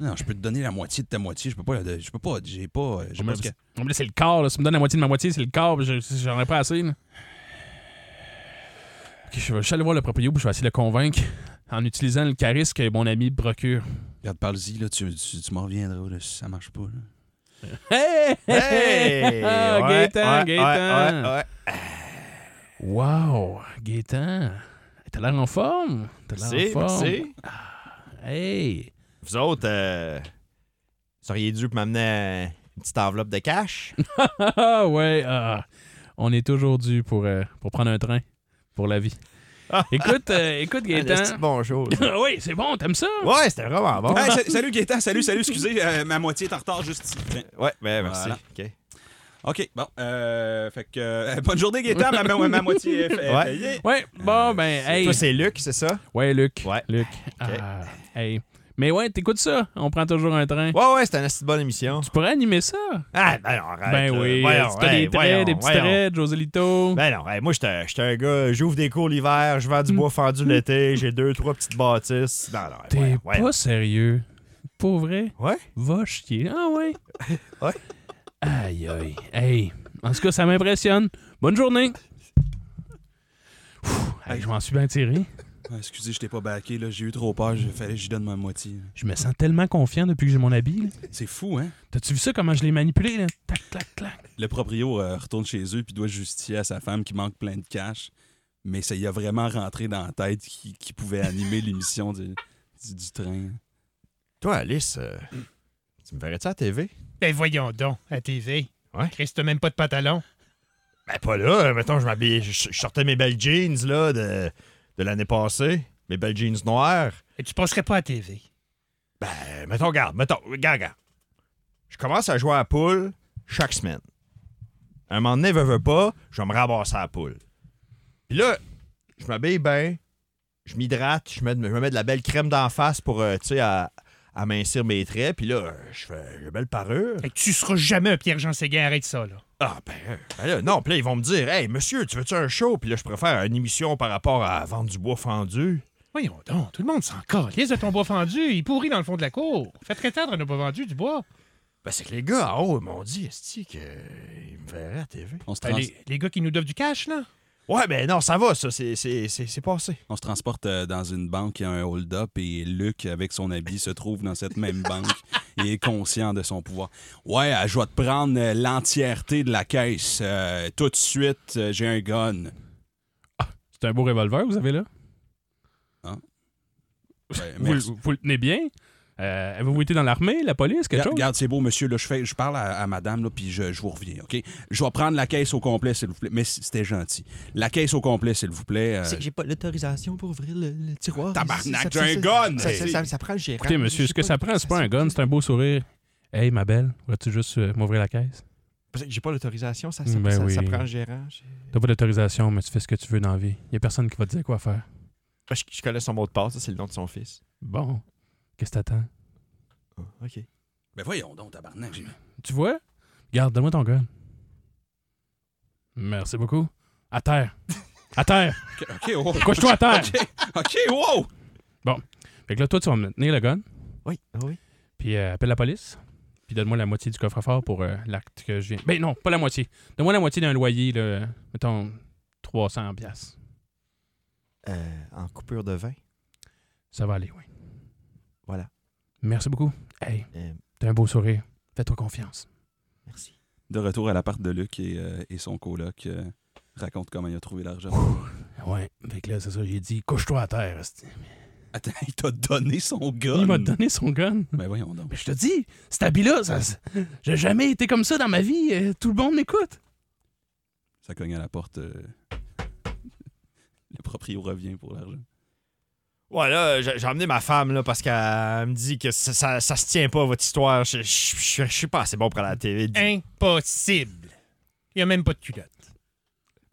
Non, je peux te donner la moitié de ta moitié. Je peux pas. la- Je peux pas. J'ai pas. J'ai
Mais
pas ce que-
mais là, c'est le quart. Là. Si tu me donnes la moitié de ma moitié, c'est le quart. puis je- J'en ai pas assez. là. Ok, je vais juste aller voir le proprio, puis je vais essayer de le convaincre en utilisant le charisme que mon ami procure.
Regarde, parle-y, là. Tu, tu, tu m'en reviendras, là, si ça marche pas. là.
Hey!
Hey!
Ah,
Ouais,
Gaétan,
ouais,
Gaétan.
ouais, ouais, ouais.
Wow! Gaétan! T'as l'air en forme! T'as l'air en
Merci,
forme!
merci.
Hey!
Vous autres, euh, vous auriez dû m'amener euh, une petite enveloppe de cash?
Ah ouais! ah. on est toujours dû pour, euh, pour prendre un train pour la vie.
Ah!
écoute, euh, écoute,
C'est
Gaétan.
bonjour. ça.
oui, c'est bon, t'aimes ça?
Ouais, c'était vraiment bon.
Hey, sa- salut, Gaétan. Salut, salut. Excusez, euh, ma moitié est en retard, juste ici. Tiens.
Ouais, ben merci.
Voilà.
OK.
OK, bon. euh, fait que. euh, bonne journée, Gaétan. Ma, ma- ma moitié est fa-
Ouais.
payée.
Ouais,
Euh,
bon, ben, hey!
Toi, c'est Luc, c'est ça?
Ouais, Luc.
Ouais.
Luc. Ah, hey. Mais ouais, t'écoutes ça? On prend toujours un train.
Ouais, ouais, c'était une assez bonne émission.
Tu pourrais animer ça?
Ah, ben non, arrête.
euh,
Ben
là.
oui,
Voyons,
tu t'as
hey,
des traits,
voyons,
des petits
voyons.
traits, Joselito.
Ben non, hey, moi, j'étais j'étais un gars, j'ouvre des cours l'hiver, je vends
Mm.
du bois fendu l'été, j'ai deux, trois petites bâtisses. Non, non, hey,
T'es
voyons,
pas
voyons.
sérieux. Pour vrai?
Ouais?
Va chier. Ah ouais?
Ouais.
Aïe aïe. Hey. En tout cas, ça m'impressionne. Bonne journée. Ouh, hey, je m'en suis bien tiré.
Ah, excusez, je t'ai pas backé, là. J'ai eu trop peur. J'ai- Fallait que j'y donne ma moitié. là.
Je me sens tellement confiant depuis que j'ai mon habit. là.
C'est fou, hein?
T'as-tu vu ça, comment je l'ai manipulé? Là? Tac, clac, clac.
Le proprio euh, retourne chez eux puis doit justifier à sa femme qui manque plein de cash. Mais ça y a vraiment rentré dans la tête qui, qui pouvait animer l'émission du, du- du train.
Toi, Alice, euh, tu me verrais-tu à la TV?
Ben voyons donc, à TV.
Ouais.
Chris, t'as même pas de pantalon.
Ben pas là, euh, mettons, je m'habillais, je, je sortais mes belles jeans, là, de, de l'année passée, mes belles jeans noires.
Et tu passerais pas à TV.
Ben, mettons, regarde, mettons, regarde, regarde. Je commence à jouer à la poule chaque semaine. Un moment donné, veux, veux pas, je vais me rabasser à la poule. Puis là, je m'habille bien, je m'hydrate, je, mets de- je me mets de la belle crème d'en face pour, euh, tu sais, à, à mincir mes traits. Puis là, euh, je fais une belle parure.
Fait que tu seras jamais un Pierre-Jean Séguin, arrête ça, là.
Ah, ben, euh, ben là, non, puis là, ils vont me dire, « Hey, monsieur, tu veux-tu un show? » Puis là, je préfère une émission par rapport à vendre du bois fendu.
Voyons donc, tout le monde s'en calisse de ton bois fendu. Il pourrit dans le fond de la cour. Faites très tard de ne pas vendu du bois.
Ben, c'est que les gars en haut m'ont dit, esti, qu'ils me verraient à TV.
On se,
Ben,
trans-
les, les gars qui nous doivent du cash, là?
Ouais, ben non, ça va, ça, c'est- c'est c'est- c'est passé.
on se transporte euh, dans une banque, il y a un hold-up et Luc, avec son habit, se trouve dans cette même banque et est conscient de son pouvoir. Ouais, euh, je vais te prendre euh, l'entièreté de la caisse. Euh, tout de suite, euh, j'ai un gun.
C'est un beau revolver, vous avez là.
Ben,
Vous,
merci.
le- vous le tenez bien. Euh, Avez-vous été dans l'armée, la police, quelque
Regarde,
chose?
regarde, c'est beau, monsieur. Là, je, fais, je parle à, à madame, là, puis je, je vous reviens, OK? Je vais prendre la caisse au complet, s'il vous plaît. Mais c- c'était gentil. La caisse au complet, s'il vous plaît. euh,
C'est que j'ai pas l'autorisation pour ouvrir le, le tiroir.
Tabarnak,
Ça-
j'ai
ça-
un
ça-
gun!
Ça, ça-
Hey.
ça- ça prend le gérant.
Écoutez, monsieur,
J'ai
ce que ça prend, c'est pas un gun,
l'autorisation.
c'est un beau sourire. Hey, ma belle, voudrais-tu juste euh, m'ouvrir la caisse?
Parce que J'ai pas l'autorisation, ça, ça,
Ben
ça- ça
oui.
prend le gérant. J'ai-
T'as pas d'autorisation, mais tu fais ce que tu veux dans la vie. Y a personne qui va te dire quoi faire.
Ben, Je, je connais son mot de passe, ça, c'est le nom de son fils.
Bon, qu'est-ce que t'attends?
Ah, OK.
Ben voyons donc, tabarnak. j'ai-
Tu vois? Garde, donne-moi ton gun. Merci beaucoup. À terre. À terre.
OK, wow.
Couche-toi à terre.
OK, wow!
Fait que là, toi, tu vas me tenir le gun,
Oui, ah oui.
puis euh, appelle la police, puis donne-moi la moitié du coffre-fort pour euh, l'acte que je viens. Ben non, pas la moitié. Donne-moi la moitié d'un loyer, là, mettons 300 piastres.
Euh, en coupure de vin.
Ça va aller, oui.
Voilà.
Merci beaucoup. Hey,
Euh,
t'as un beau sourire. Fais-toi confiance.
merci.
De retour à l'appart de Luc et, euh, et son coloc euh, raconte comment il a trouvé l'argent.
Ouais, fait que là, c'est ça, j'ai dit, couche-toi à terre. esti.
Attends, il t'a donné son gun.
Il m'a donné son gun.
Ben voyons donc.
Mais je te dis, cet habit-là, ça- ça- j'ai jamais été comme ça dans ma vie. euh, Tout le monde m'écoute.
Ça cogne à la porte. euh, Le proprio revient pour l'argent.
Ouais, là, j'ai j'ai emmené ma femme, là, parce qu'elle elle me dit que ça, ça, ça se tient pas, votre histoire. Je, je- je- je suis pas assez bon pour aller à la TV.
Hein? Impossible! Il y a même pas de culotte.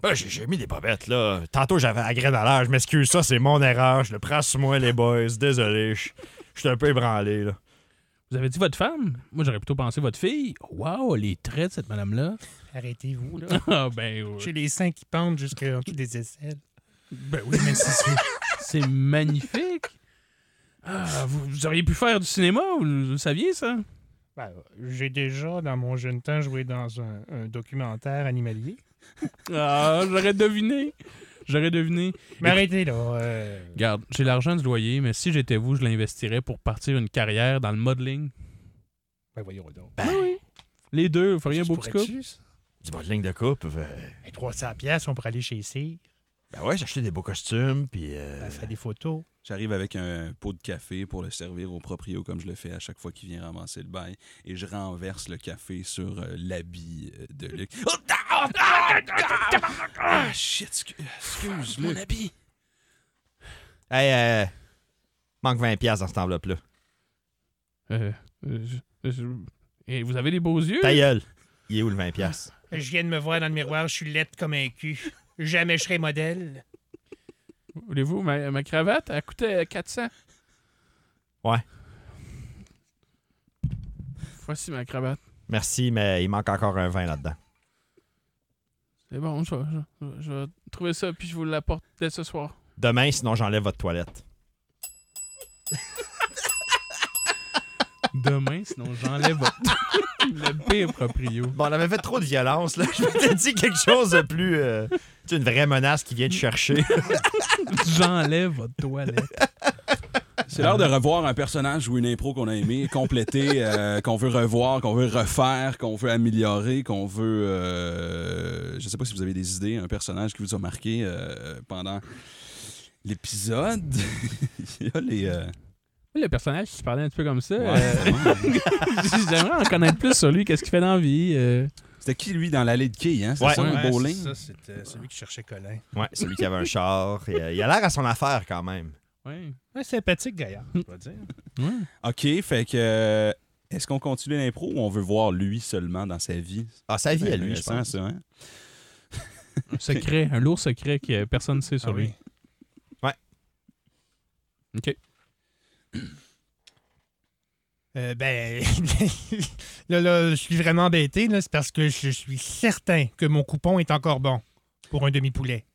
Ben, j'ai j'ai mis des bobettes, là. Tantôt, j'avais la graine à l'air. Je m'excuse, ça, c'est mon erreur. Je le prends sur moi, les boys. Désolé, je je suis un peu ébranlé, là.
Vous avez dit votre femme? Moi, j'aurais plutôt pensé votre fille. Wow, les traits de cette madame-là.
Arrêtez-vous, là.
Ah, ben oui.
J'ai les seins qui pendent jusqu'en dessous des aisselles.
Ben oui, mais c'est, c'est magnifique. Ah, vous, vous auriez pu faire du cinéma, vous, vous le saviez, ça?
Ben, j'ai déjà, Ah, dans mon jeune temps, joué dans un, un documentaire animalier.
Ah, j'aurais deviné. J'aurais deviné.
Mais arrêtez, là. euh,
Regarde, j'ai l'argent du loyer, mais si j'étais vous, je l'investirais pour partir une carrière dans le modeling.
Ben, voyons donc.
Les deux, vous feriez un
Je
beau petit
pourrais
couple.
dessus, ça.
Du bas de ligne de coupe. euh,
Ben, 300 pièces, on pourrait aller chez Cyr,
Ben ouais, j'ai acheté des beaux costumes, puis... euh,
ben, faire des photos.
J'arrive avec un pot de café pour le servir au proprio comme je le fais à chaque fois qu'il vient ramasser le bail et je renverse le café sur euh, l'habit euh, de Luc. Oh, ah, ah, ah, ah, ah, shit, excu- excuse Luc.
habit.
Hey, euh, manque 20$ piastres dans cette enveloppe-là.
Mmh.
Euh, euh, je- je- Et vous avez des beaux yeux?
Ta gueule. Il est où le 20$? piastres?
Je viens de me voir dans le miroir, je suis laite comme un cul. Jamais je serai modèle.
Voulez-vous ma, ma cravate? Elle coûtait 400.
Ouais.
Voici ma cravate.
Merci, mais il manque encore un vin là-dedans.
C'est bon, je, vais- je vais- je vais trouver ça puis je vous l'apporte dès ce soir.
Demain, sinon j'enlève votre toilette.
Demain, sinon j'enlève votre... le pire proprio.
Bon, on avait fait trop de violence, là. Je m'étais dit quelque chose de plus... euh, tu sais, une vraie menace qui vient te chercher.
J'enlève votre toilette.
C'est l'heure de revoir un personnage ou une impro qu'on a aimé, compléter, euh, qu'on veut revoir, qu'on veut refaire, qu'on veut améliorer, qu'on veut. euh, je sais pas si vous avez des idées, un personnage qui vous a marqué euh, pendant l'épisode. Il y a les. euh,
Le personnage qui se parlait un petit peu comme ça,
ouais,
euh,
vraiment.
j'aimerais en connaître plus sur lui, qu'est-ce qu'il fait dans la vie. euh.
C'était qui, lui, dans l'allée de quilles, hein? C'était
Ouais.
ça, le bowling?
Ça, c'était celui qui cherchait Colin.
Ouais, celui qui avait un char. Et, euh, il a l'air à son affaire quand même.
Ouais.
Un sympathique gaillard, je dois dire.
Ouais.
OK, fait que. euh, Est-ce qu'on continue l'impro ou on veut voir lui seulement dans sa vie?
Ah, sa vie à
Ben,
C'est
lui, je
intéressant,
pense.
ça, hein?
Un secret, un lourd secret que personne ne sait sur
Ah oui.
lui.
Euh, ben, là, là, je suis vraiment embêté, là. C'est parce que je suis certain que mon coupon est encore bon pour un demi-poulet.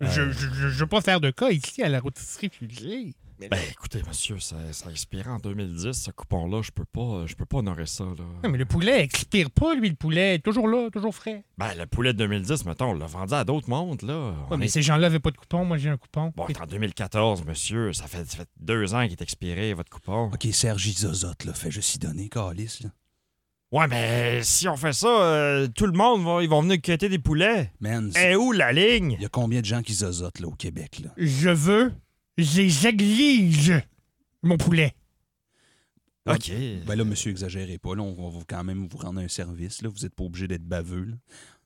Je,
Euh.
je, je- je veux pas faire de cas ici à la rôtisserie fusée.
Ben écoutez, monsieur, ça, ça expire en 2010, ce coupon-là. Je peux pas je peux pas honorer ça. Là.
Non, mais le poulet expire pas, lui, le poulet. Toujours là, toujours frais.
Ben le poulet de 2010, mettons, on l'a vendu à d'autres mondes. là.
Ouais,
On
mais
est-
ces gens-là avaient pas de coupon. Moi, j'ai un coupon.
Bon, on est en 2014, monsieur. Ça fait, ça fait deux ans qu'il est expiré, votre coupon.
Ok, Serge Isozotte, là, fais juste y donner, Calis, là.
Ouais, mais si on fait ça, euh, tout le monde, va, ils vont venir quitter des poulets.
Man,
Eh,
Et où la ligne?
il y a combien de gens qui zozotent, là, au Québec, là?
Je veux, j'exige mon poulet.
Ouais.
OK.
Ben là, monsieur, exagérez pas, là, on va vous- quand même vous rendre un service, là. Vous êtes pas obligé d'être baveux, là.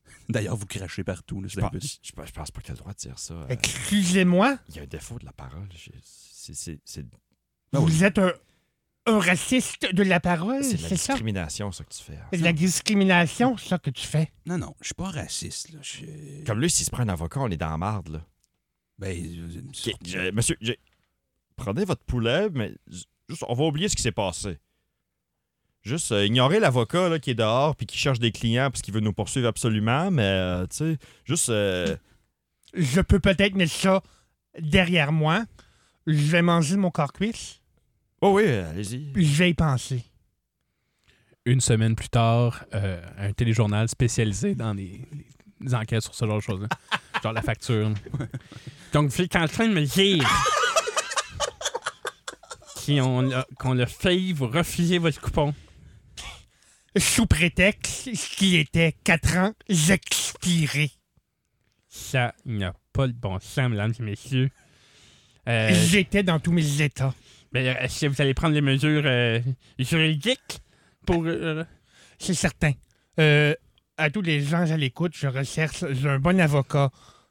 D'ailleurs, vous crachez partout, là,
Je
c'est un
pense,
peu...
je pense- je pense pas que t'as le droit de dire ça.
Eh,
Euh,
Excusez-moi,
Il y a un défaut de la parole. Je- c'est- C'est c'est-
Ah oui.
vous êtes un, un raciste de la parole,
c'est de la
c'est ça?
discrimination, ça que tu fais. hein.
C'est de la discrimination, ça que tu fais.
Non, non, je suis pas raciste, là. Je...
Comme lui, s'il se prend un avocat, on est dans la marde, là.
Ben, euh,
Ok, je- monsieur, je- prenez votre poulet, mais j- juste, on va oublier ce qui s'est passé. Juste euh, ignorer ignorez l'avocat là, qui est dehors puis qui cherche des clients parce qu'il veut nous poursuivre absolument, mais euh, tu sais, juste. euh,
Je peux peut-être mettre ça derrière moi. Je vais manger mon corps-cuisse.
Oh oui, allez-y.
Je vais y penser.
Une semaine plus tard, euh, un téléjournal spécialisé dans les, les enquêtes sur ce genre de choses-là. genre la facture. Donc, vous êtes en train de me dire qui on a- qu'on a failli vous refuser votre coupon.
Sous prétexte qu'il était quatre ans expiré.
Ça n'a pas de bon sens, mesdames et messieurs. Euh,
J'étais dans tous mes états.
ben, est-ce que vous allez prendre les mesures euh, juridiques pour... euh,
C'est certain. Euh, à tous les gens à l'écoute, je recherche un bon avocat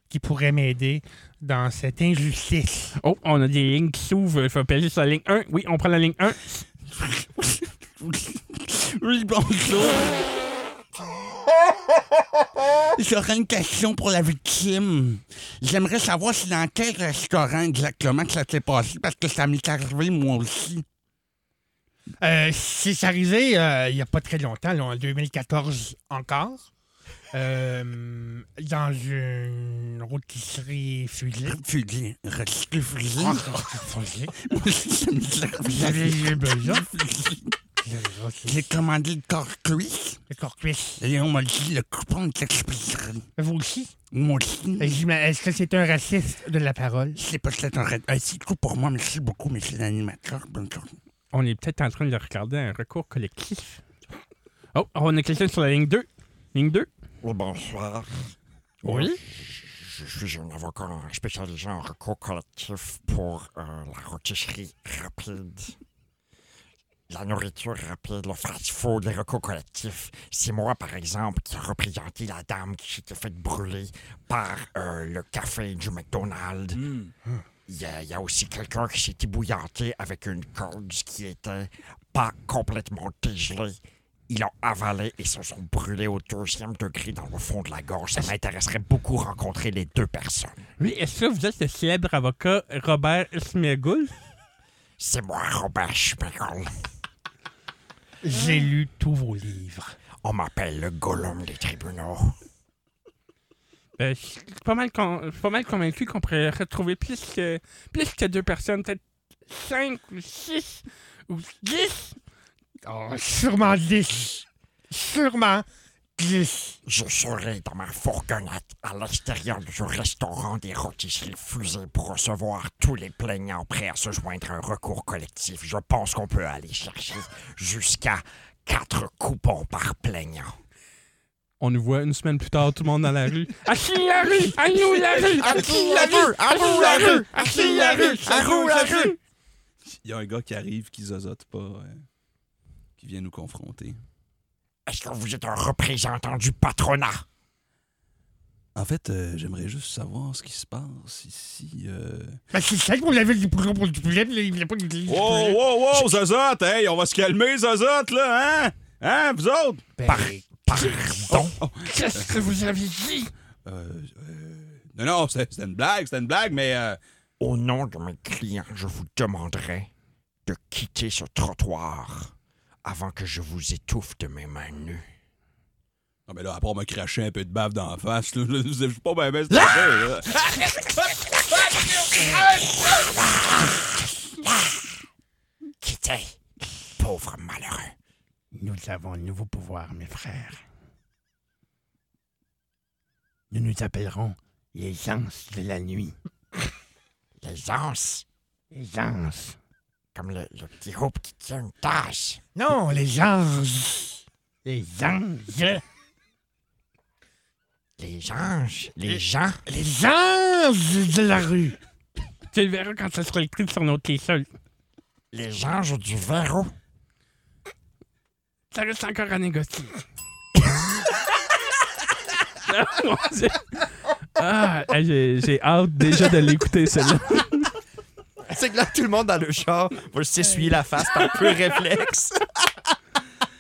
qui pourrait m'aider dans cette injustice.
Oh, on a des lignes qui s'ouvrent. Il faut appeler sur la ligne 1. Oui, on prend la ligne 1.
Oui, bonjour. J'aurais une question pour la victime. J'aimerais savoir si dans quel restaurant exactement que ça s'est passé parce que ça m'est arrivé moi aussi.
Euh, c'est arrivé euh, il n'y a pas très longtemps, là, en 2014 encore, euh, dans une rôtisserie fusée.
Refusé. Restez fusé. Moi aussi, ça m'est
Vous
arrivé.
avez eu besoin.
J'ai commandé le corps cuisse
Le corps cuisse.
et on m'a dit le coupon est expiré.
Vous aussi?
Moi aussi.
Euh, j'imagine- Est-ce que c'est un raciste de la parole?
Ah.
C'est peut-être un raid. Euh, C'est tout pour moi. Merci beaucoup, monsieur l'animateur. Bonne journée.
On est peut-être en train de regarder un recours collectif. Oh, on a quelqu'un sur la ligne 2. Ligne 2.
Oh, bonsoir.
Oui?
Je, je suis un avocat spécialisé en recours collectif pour euh, la rôtisserie rapide. La nourriture rapide, le fast-food, les recours collectifs. C'est moi, par exemple, qui ai représenté la dame qui s'était faite brûler par euh, le café du McDonald's. Il y, a, il y a aussi quelqu'un qui s'est ébouillanté avec une corde qui était pas complètement dégelée. Ils l'ont avalé et se sont brûlés au deuxième degré dans le fond de la gorge. Ça m'intéresserait beaucoup rencontrer les deux personnes.
Oui, est-ce que vous êtes le célèbre avocat Robert Smeagol?
C'est moi, Robert Schmegel.
J'ai lu tous vos livres.
On m'appelle le Gollum des tribunaux.
Euh, je suis pas mal, con- je suis pas mal convaincu qu'on pourrait retrouver plus que, plus que deux personnes, peut-être cinq ou six ou dix.
Oh, sûrement 10. Sûrement 10.
Je serai dans ma fourgonnette à l'extérieur du restaurant des rôtisseries fusées pour recevoir tous les plaignants prêts à se joindre à un recours collectif. Je pense qu'on peut aller chercher jusqu'à quatre coupons par plaignant.
On nous voit une semaine plus tard, tout le monde dans la rue. À qui la rue? À nous la rue! À qui la rue? À nous la rue! À qui la rue? À nous la rue!
Il y a un gars qui arrive qui zozote pas, euh, qui vient nous confronter.
Est-ce que vous êtes un représentant du patronat?
En fait, euh, j'aimerais juste savoir ce qui se passe ici. euh.
Ben, c'est ça qu'on avait dit pour pour du poulet, puis là, il voulait pas que je dise du
Wow,
Oh!
poulet.
wow,
Oh,
wow, Zozotte! Hey, on va se calmer, Zozotte, là, hein? Hein, vous autres?
Ben,
Pardon?
Qu'est-ce que vous avez dit?
Euh, euh, Non, non, c'est- c'était une blague, c'était une blague, mais euh,
Au nom de mes clients, je vous demanderai de quitter ce trottoir avant que je vous étouffe de mes mains nues.
Non, mais là, après, on m'a craché un peu de bave dans la face. là. Je je suis pas bien bien stressé, là. Quittez, pauvre malheureux. Nous avons le nouveau pouvoir, mes frères. Nous nous appellerons les anses de la nuit. Les anses, les anses, comme le, le petit groupe qui tient une tâche. Non, les anges. Les anges. Les anges, les gens. Les anges de la rue. Tu le verras quand ça sera écrit sur nos t-shirts. Les anges du verrou. Ça reste encore à négocier.
Mon Dieu. Ah, hey, j'ai j'ai hâte déjà de l'écouter, celle-là.
C'est que là, tout le monde dans le char va s'essuyer la face par pur réflexe.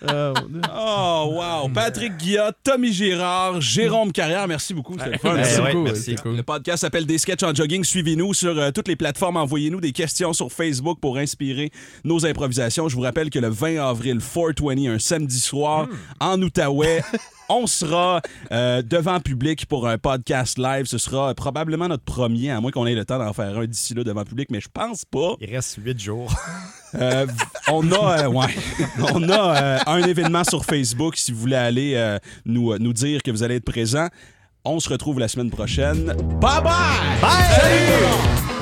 Oh, wow! Patrick Guillat, Tommy Girard, Jérôme Carrière, merci beaucoup. C'était le fun.
Ben
Merci
ouais,
beaucoup.
merci.
C'est cool.
Le podcast s'appelle Des sketchs en jogging. Suivez-nous sur euh, toutes les plateformes. Envoyez-nous des questions sur Facebook pour inspirer nos improvisations. Je vous rappelle que le 20 avril 420, un samedi soir, en Outaouais, on sera euh, devant public pour un podcast live. Ce sera euh, probablement notre premier, à moins qu'on ait le temps d'en faire un d'ici là devant public, mais je pense pas.
Il reste huit jours.
Euh, v- on a, euh, ouais, on a euh, un événement sur Facebook si vous voulez aller euh, nous, euh, nous dire que vous allez être présent. On se retrouve la semaine prochaine. Bye bye! Salut!